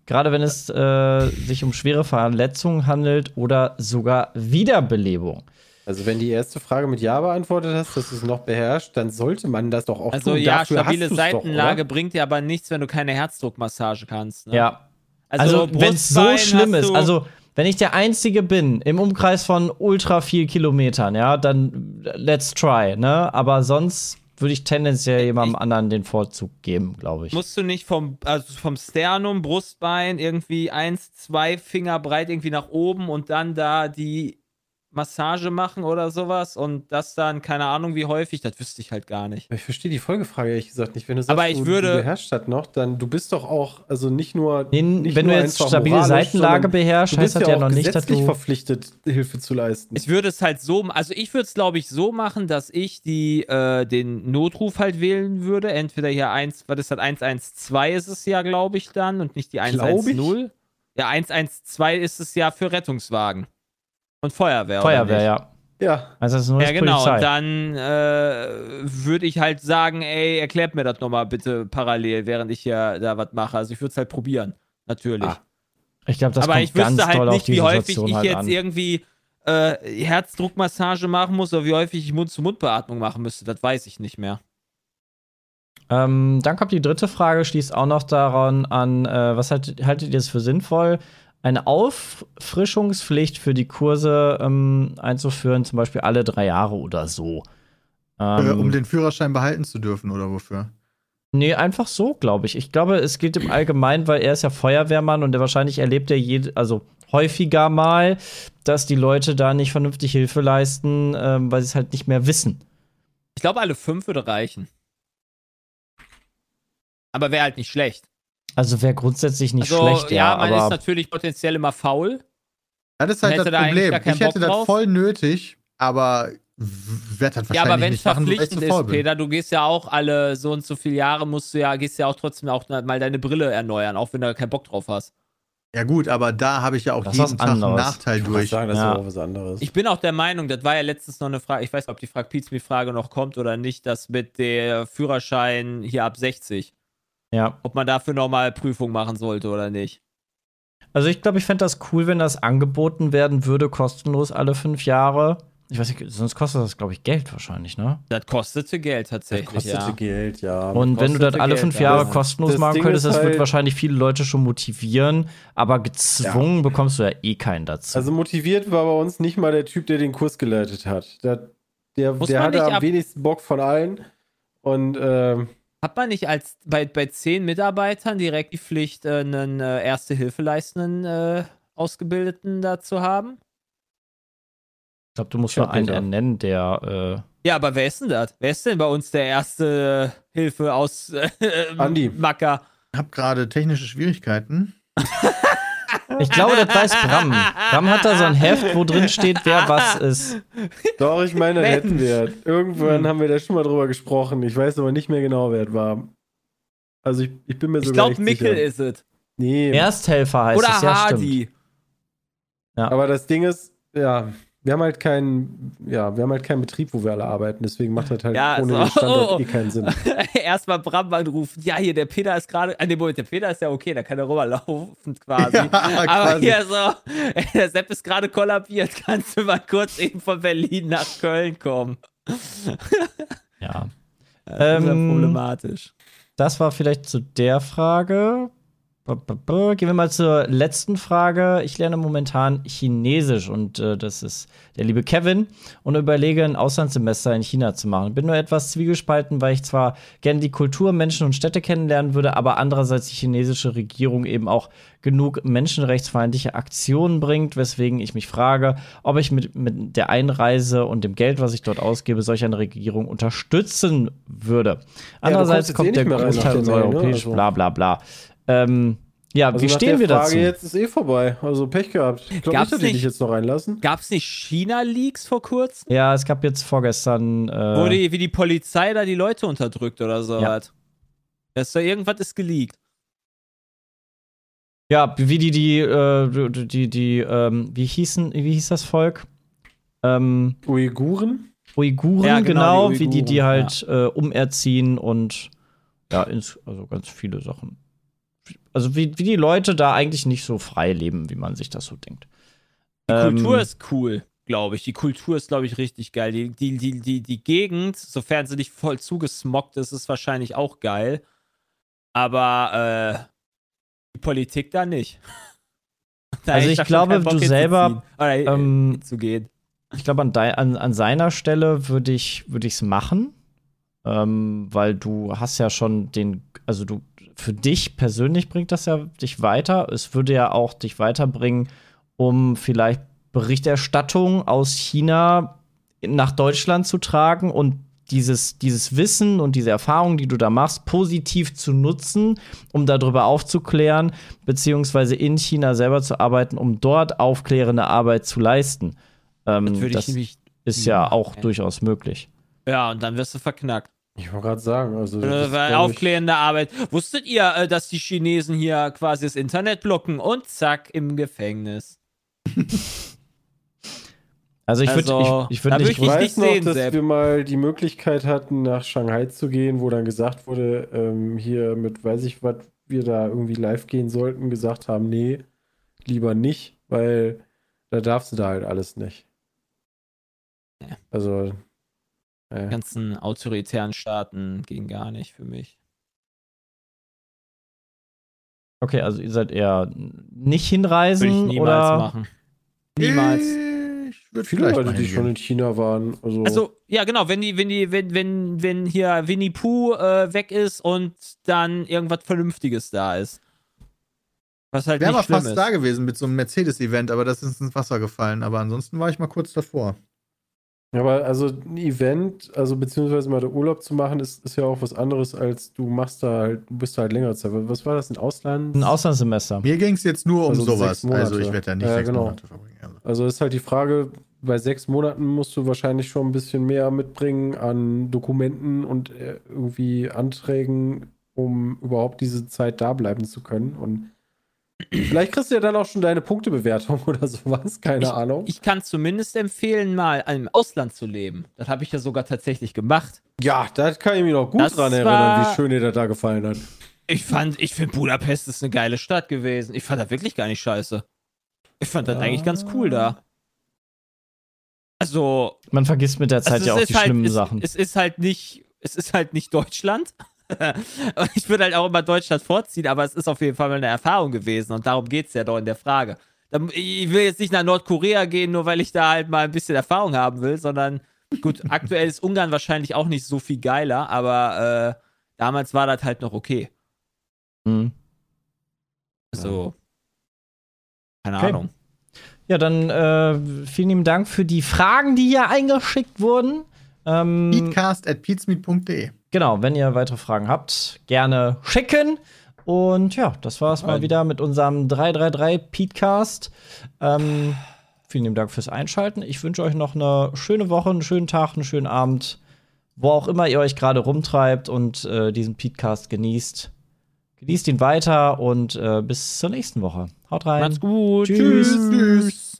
Gerade wenn es äh, sich um schwere Verletzungen handelt oder sogar Wiederbelebung. Also, wenn die erste Frage mit Ja beantwortet hast, dass du es noch beherrscht, dann sollte man das doch auch Also tun. ja, Dafür hast stabile du's Seitenlage Doch, bringt dir aber nichts, wenn du keine Herzdruckmassage kannst. Ne? Ja, Also, wenn es so Brustbein schlimm hast ist, du- also wenn ich der Einzige bin im Umkreis von ultra viel Kilometern, ja, dann äh, let's try, ne? Aber sonst würde ich tendenziell jemandem anderen den Vorzug geben, glaube ich. musst du nicht vom, also vom Sternum, Brustbein irgendwie eins, zwei Finger breit irgendwie nach oben und dann da die Massage machen oder sowas und das dann, keine Ahnung wie häufig, das wüsste ich halt gar nicht. oder? Ich verstehe die Folgefrage ehrlich gesagt nicht. Wenn du sagst, Aber ich du, würde- du beherrscht das noch, dann du bist doch auch, also nicht nur. Wenn- nicht wenn du nur jetzt einfach stabile moralisch, Seitenlage sondern beherrschst, du bist heißt das ja auch noch nicht, dass gesetzlich du. verpflichtet, Hilfe zu leisten. Ich würde es halt so, also ich würde es glaube ich so machen, dass ich die, äh, den Notruf halt wählen würde. Entweder hier 1, was ist das, 112 ist es ja, glaube ich, dann und nicht die Glaub ich? 110. Ja, 112 ist es ja für Rettungswagen. Und Feuerwehr. oder Feuerwehr, nicht? ja. ja, Also das ist nur Ja, die genau. Polizei. Und dann äh, würde ich halt sagen, ey, erklärt mir das nochmal bitte parallel, während ich hier da was mache. Also ich würde es halt probieren, natürlich. Ah, ich glaube, das Aber kommt ich ganz wüsste toll halt auf nicht, die wie häufig Situation ich halt jetzt an. irgendwie äh, Herzdruckmassage machen muss oder wie häufig ich Mund-zu-Mund-Beatmung machen müsste. Das weiß ich nicht mehr. Ähm, dann kommt die dritte Frage, schließt auch noch daran an, äh, was haltet, haltet ihr es für sinnvoll, eine Auffrischungspflicht für die Kurse ähm, einzuführen, zum Beispiel alle drei Jahre oder so? Ähm, Äh, um den Führerschein behalten zu dürfen oder wofür? nee, einfach so, glaube ich. Ich glaube, es gilt im Allgemeinen, weil er ist ja Feuerwehrmann und er wahrscheinlich erlebt er jed also häufiger mal, dass die Leute da nicht vernünftig Hilfe leisten, ähm, weil sie es halt nicht mehr wissen. Ich glaube, alle fünf würde reichen. Aber wäre halt nicht schlecht. Also wäre grundsätzlich nicht also, schlecht, ja, man ist aber natürlich potenziell immer faul. Ja, Das ist halt Hätte da das eigentlich Problem. gar keinen Ich hätte Bock das drauf? voll nötig, aber werde das wahrscheinlich Ja, aber wenn es nicht machen, weil ich zu verpflichtend faul ist, bin. Peter, du gehst ja auch alle so und so viele Jahre, musst du ja, gehst ja auch trotzdem auch mal deine Brille erneuern, auch wenn du da keinen Bock drauf hast. Ja gut, aber da habe ich ja auch Das ist jeden was Tag einen anderes. Nachteil ich würde Halt durch. sagen, das Ja. ist auch was anderes. Ich bin auch der Meinung, das war ja letztens noch eine Frage, ich weiß nicht, ob die Frag Pizmi Frage noch kommt oder nicht, dass mit der Führerschein hier ab 60, ja. ob man dafür nochmal Prüfung machen sollte oder nicht. Also ich glaube, ich fände das cool, wenn das angeboten werden würde, kostenlos alle fünf Jahre. Ich weiß nicht, sonst kostet das, glaube ich, Geld wahrscheinlich, ne? Das kostete Geld das tatsächlich, kostete ja. Geld, ja. Und wenn du das kostet alle Geld, fünf ja. Jahre Das- kostenlos das machen Ding könntest, ist das wird halt- wahrscheinlich viele Leute schon motivieren, aber gezwungen bekommst du ja eh keinen dazu. Also motiviert war bei uns nicht mal der Typ, der den Kurs geleitet hat. Der, der, Muss der man hatte nicht am ab- wenigsten Bock von allen. Und ähm, Hat man nicht als bei, bei zehn Mitarbeitern direkt die Pflicht, äh, einen äh, Erste-Hilfe-Leistenden äh, Ausgebildeten da zu haben? ich glaube, du musst Ja, nur einen Peter. ernennen, der Ja, aber wer ist denn das? Wer ist denn bei uns der erste äh, Hilfe aus äh, Andi. Macker? Ich habe gerade technische Schwierigkeiten. äh Ich glaube, das weiß Bram. Bram hat da so ein Heft, wo drin steht, wer was ist. doch, ich meine, da Mensch. Hm. hätten wir. Irgendwann haben wir da schon mal drüber gesprochen. Ich weiß aber nicht mehr genau, wer es war. Also ich, ich bin mir Ich sogar glaube, nicht Mickel sicher. ist es. Nee, Ersthelfer heißt Oder es, ja, stimmt. Hardy. aber das Ding ist, ja, wir haben halt keinen, ja, wir haben halt keinen Betrieb, wo wir alle arbeiten. Deswegen macht das halt Ja, ohne so. den Standort Oh, oh. eh *laughs* keinen Sinn. *laughs* Erstmal Bram anrufen. Ja, hier, der Peter ist gerade. An dem Moment, der Peter ist ja okay, da kann er rüberlaufen *laughs* quasi. Ja, Aber quasi. hier so, *laughs* ey, der Sepp ist gerade kollabiert. Kannst du mal kurz eben von Berlin nach Köln kommen? Ja. Das ist ja Ähm, Äh, also- problematisch. Das war vielleicht zu der Frage. B -b -b Gehen wir mal zur letzten Frage. Ich lerne momentan Chinesisch und äh, das ist der liebe Kevin und überlege, ein Auslandssemester in China zu machen. Bin nur etwas zwiegespalten, weil ich zwar gerne die Kultur, Menschen und Städte kennenlernen würde, aber andererseits die chinesische Regierung eben auch genug menschenrechtsfeindliche Aktionen bringt, weswegen ich mich frage, ob ich mit, mit der Einreise und dem Geld, was ich dort ausgebe, solch eine Regierung unterstützen würde. Andererseits jetzt eh kommt nicht der mehr rein nach Großteil der unserer Mail, ne? europäischen Also- bla bla bla. Ähm, ja, Also wie nach stehen der wir Frage dazu? jetzt ist eh vorbei. Also Pech gehabt. Ich glaube nicht, Gab's dass die dich nicht. jetzt noch reinlassen. Gab's nicht China-Leaks vor kurzem? Ja, es gab jetzt vorgestern. Äh, Wo die, wie die Polizei da die Leute unterdrückt oder so Ja. was. Das ist da irgendwas ist geleakt. ja, wie die, die, äh, die, die, die ähm, wie hießen, wie hieß das Volk? Ähm, Uiguren? Uiguren, Ja, genau, genau, die wie die, die Uiguren, halt äh, umerziehen und ja, ins, also ganz viele Sachen. Also wie, wie die Leute da eigentlich nicht so frei leben, wie man sich das so denkt. Die Ähm, Kultur ist cool, glaube ich. Die Kultur ist, glaube ich, richtig geil. Die, die, die, die, die Gegend, sofern sie nicht voll zugesmockt ist, ist wahrscheinlich auch geil. Aber äh, die Politik da nicht. *laughs* Da Also hätte ich da schon keinen glaube, Bock du hinzuziehen. selber, Oder, äh, ähm, hinzugehen. Ich glaube, an, dei- an, an seiner Stelle würde ich es machen, ähm, weil du hast ja schon den, also du, für dich persönlich bringt das ja dich weiter. Es würde ja auch dich weiterbringen, um vielleicht Berichterstattung aus China nach Deutschland zu tragen und dieses, dieses Wissen und diese Erfahrung, die du da machst, positiv zu nutzen, um darüber aufzuklären, beziehungsweise in China selber zu arbeiten, um dort aufklärende Arbeit zu leisten. Ähm, Das würde ich das nämlich. ist ja auch Ja. durchaus möglich. Ja, und dann wirst du verknackt. Ich wollte gerade sagen. Also, das Äh, ist, weil glaub ich- Aufklärende Arbeit. Wusstet ihr, äh, dass die Chinesen hier quasi das Internet blocken und zack, im Gefängnis? Also ich würde Also, ich, ich da würd würd nicht ich Ich nicht weiß noch, sehen, dass Sepp. wir mal die Möglichkeit hatten, nach Shanghai zu gehen, wo dann gesagt wurde, ähm, hier mit weiß ich was, wir da irgendwie live gehen sollten, gesagt haben, nee, lieber nicht, weil da darfst du da halt alles nicht. Ja. Also, Die äh, ganzen autoritären Staaten gehen gar nicht für mich. Okay, also ihr seid eher nicht hinreisen Würde ich niemals Mm, oder machen. Niemals. Äh. Ich würde viele vielleicht Leute, mal die schon hingehen. in China waren. Also, Also, ja, genau, wenn die, wenn die, wenn, wenn, wenn hier Winnie Pooh äh, weg ist und dann irgendwas Vernünftiges da ist. Was halt Wäre nicht mal schlimm fast ist. da gewesen mit so einem Mercedes-Event, aber das ist ins Wasser gefallen. Aber ansonsten war ich mal kurz davor. aber also ein Event, also beziehungsweise mal den Urlaub zu machen, ist, ist ja auch was anderes, als du machst da halt, du bist da halt längere Zeit. Was war das, ein Ausland? ein Auslandssemester? Mir ging es jetzt nur um Also sowas. sechs Monate. Also ich werde da nicht Ja, sechs genau. Monate verbringen. Also. Also ist halt die Frage, bei sechs Monaten musst du wahrscheinlich schon ein bisschen mehr mitbringen an Dokumenten und äh, irgendwie Anträgen, um überhaupt diese Zeit da bleiben zu können. Und vielleicht kriegst du ja dann auch schon deine Punktebewertung *laughs* oder sowas, keine Ahnung. Ich kann zumindest empfehlen, mal im Ausland zu leben. Das habe ich ja sogar tatsächlich gemacht. ja, da kann ich mich noch gut Das dran erinnern, war- wie schön dir das da gefallen hat. Ich fand, ich finde Budapest ist eine geile Stadt gewesen. Ich fand das wirklich gar nicht scheiße. Ich fand das eigentlich ganz cool da. Also, Man vergisst mit der Zeit also ja auch es die ist halt, schlimmen es, Sachen. Es ist halt nicht, es ist halt nicht Deutschland. *laughs* Und ich würde halt auch immer Deutschland vorziehen, aber es ist auf jeden Fall mal eine Erfahrung gewesen und darum geht es ja doch in der Frage. Da- Ich will jetzt nicht nach Nordkorea gehen, nur weil ich da halt mal ein bisschen Erfahrung haben will, sondern *laughs* gut, aktuell ist Ungarn wahrscheinlich auch nicht so viel geiler, aber äh, damals war das halt noch okay. Mhm. So. Keine Okay. Ahnung. Ja, dann äh, vielen lieben Dank für die Fragen, die hier eingeschickt wurden. Ähm, Peatcast at peatsmeet.de. genau, wenn ihr weitere Fragen habt, gerne schicken. Und ja, das war's mal Nein. wieder mit unserem 333 Peatcast. Ähm, vielen lieben Dank fürs Einschalten. Ich wünsche euch noch eine schöne Woche, einen schönen Tag, einen schönen Abend, wo auch immer ihr euch gerade rumtreibt und äh, diesen Peatcast genießt. Genießt ihn weiter und äh, bis zur nächsten Woche. Haut rein. Macht's gut. Tschüss. Tschüss.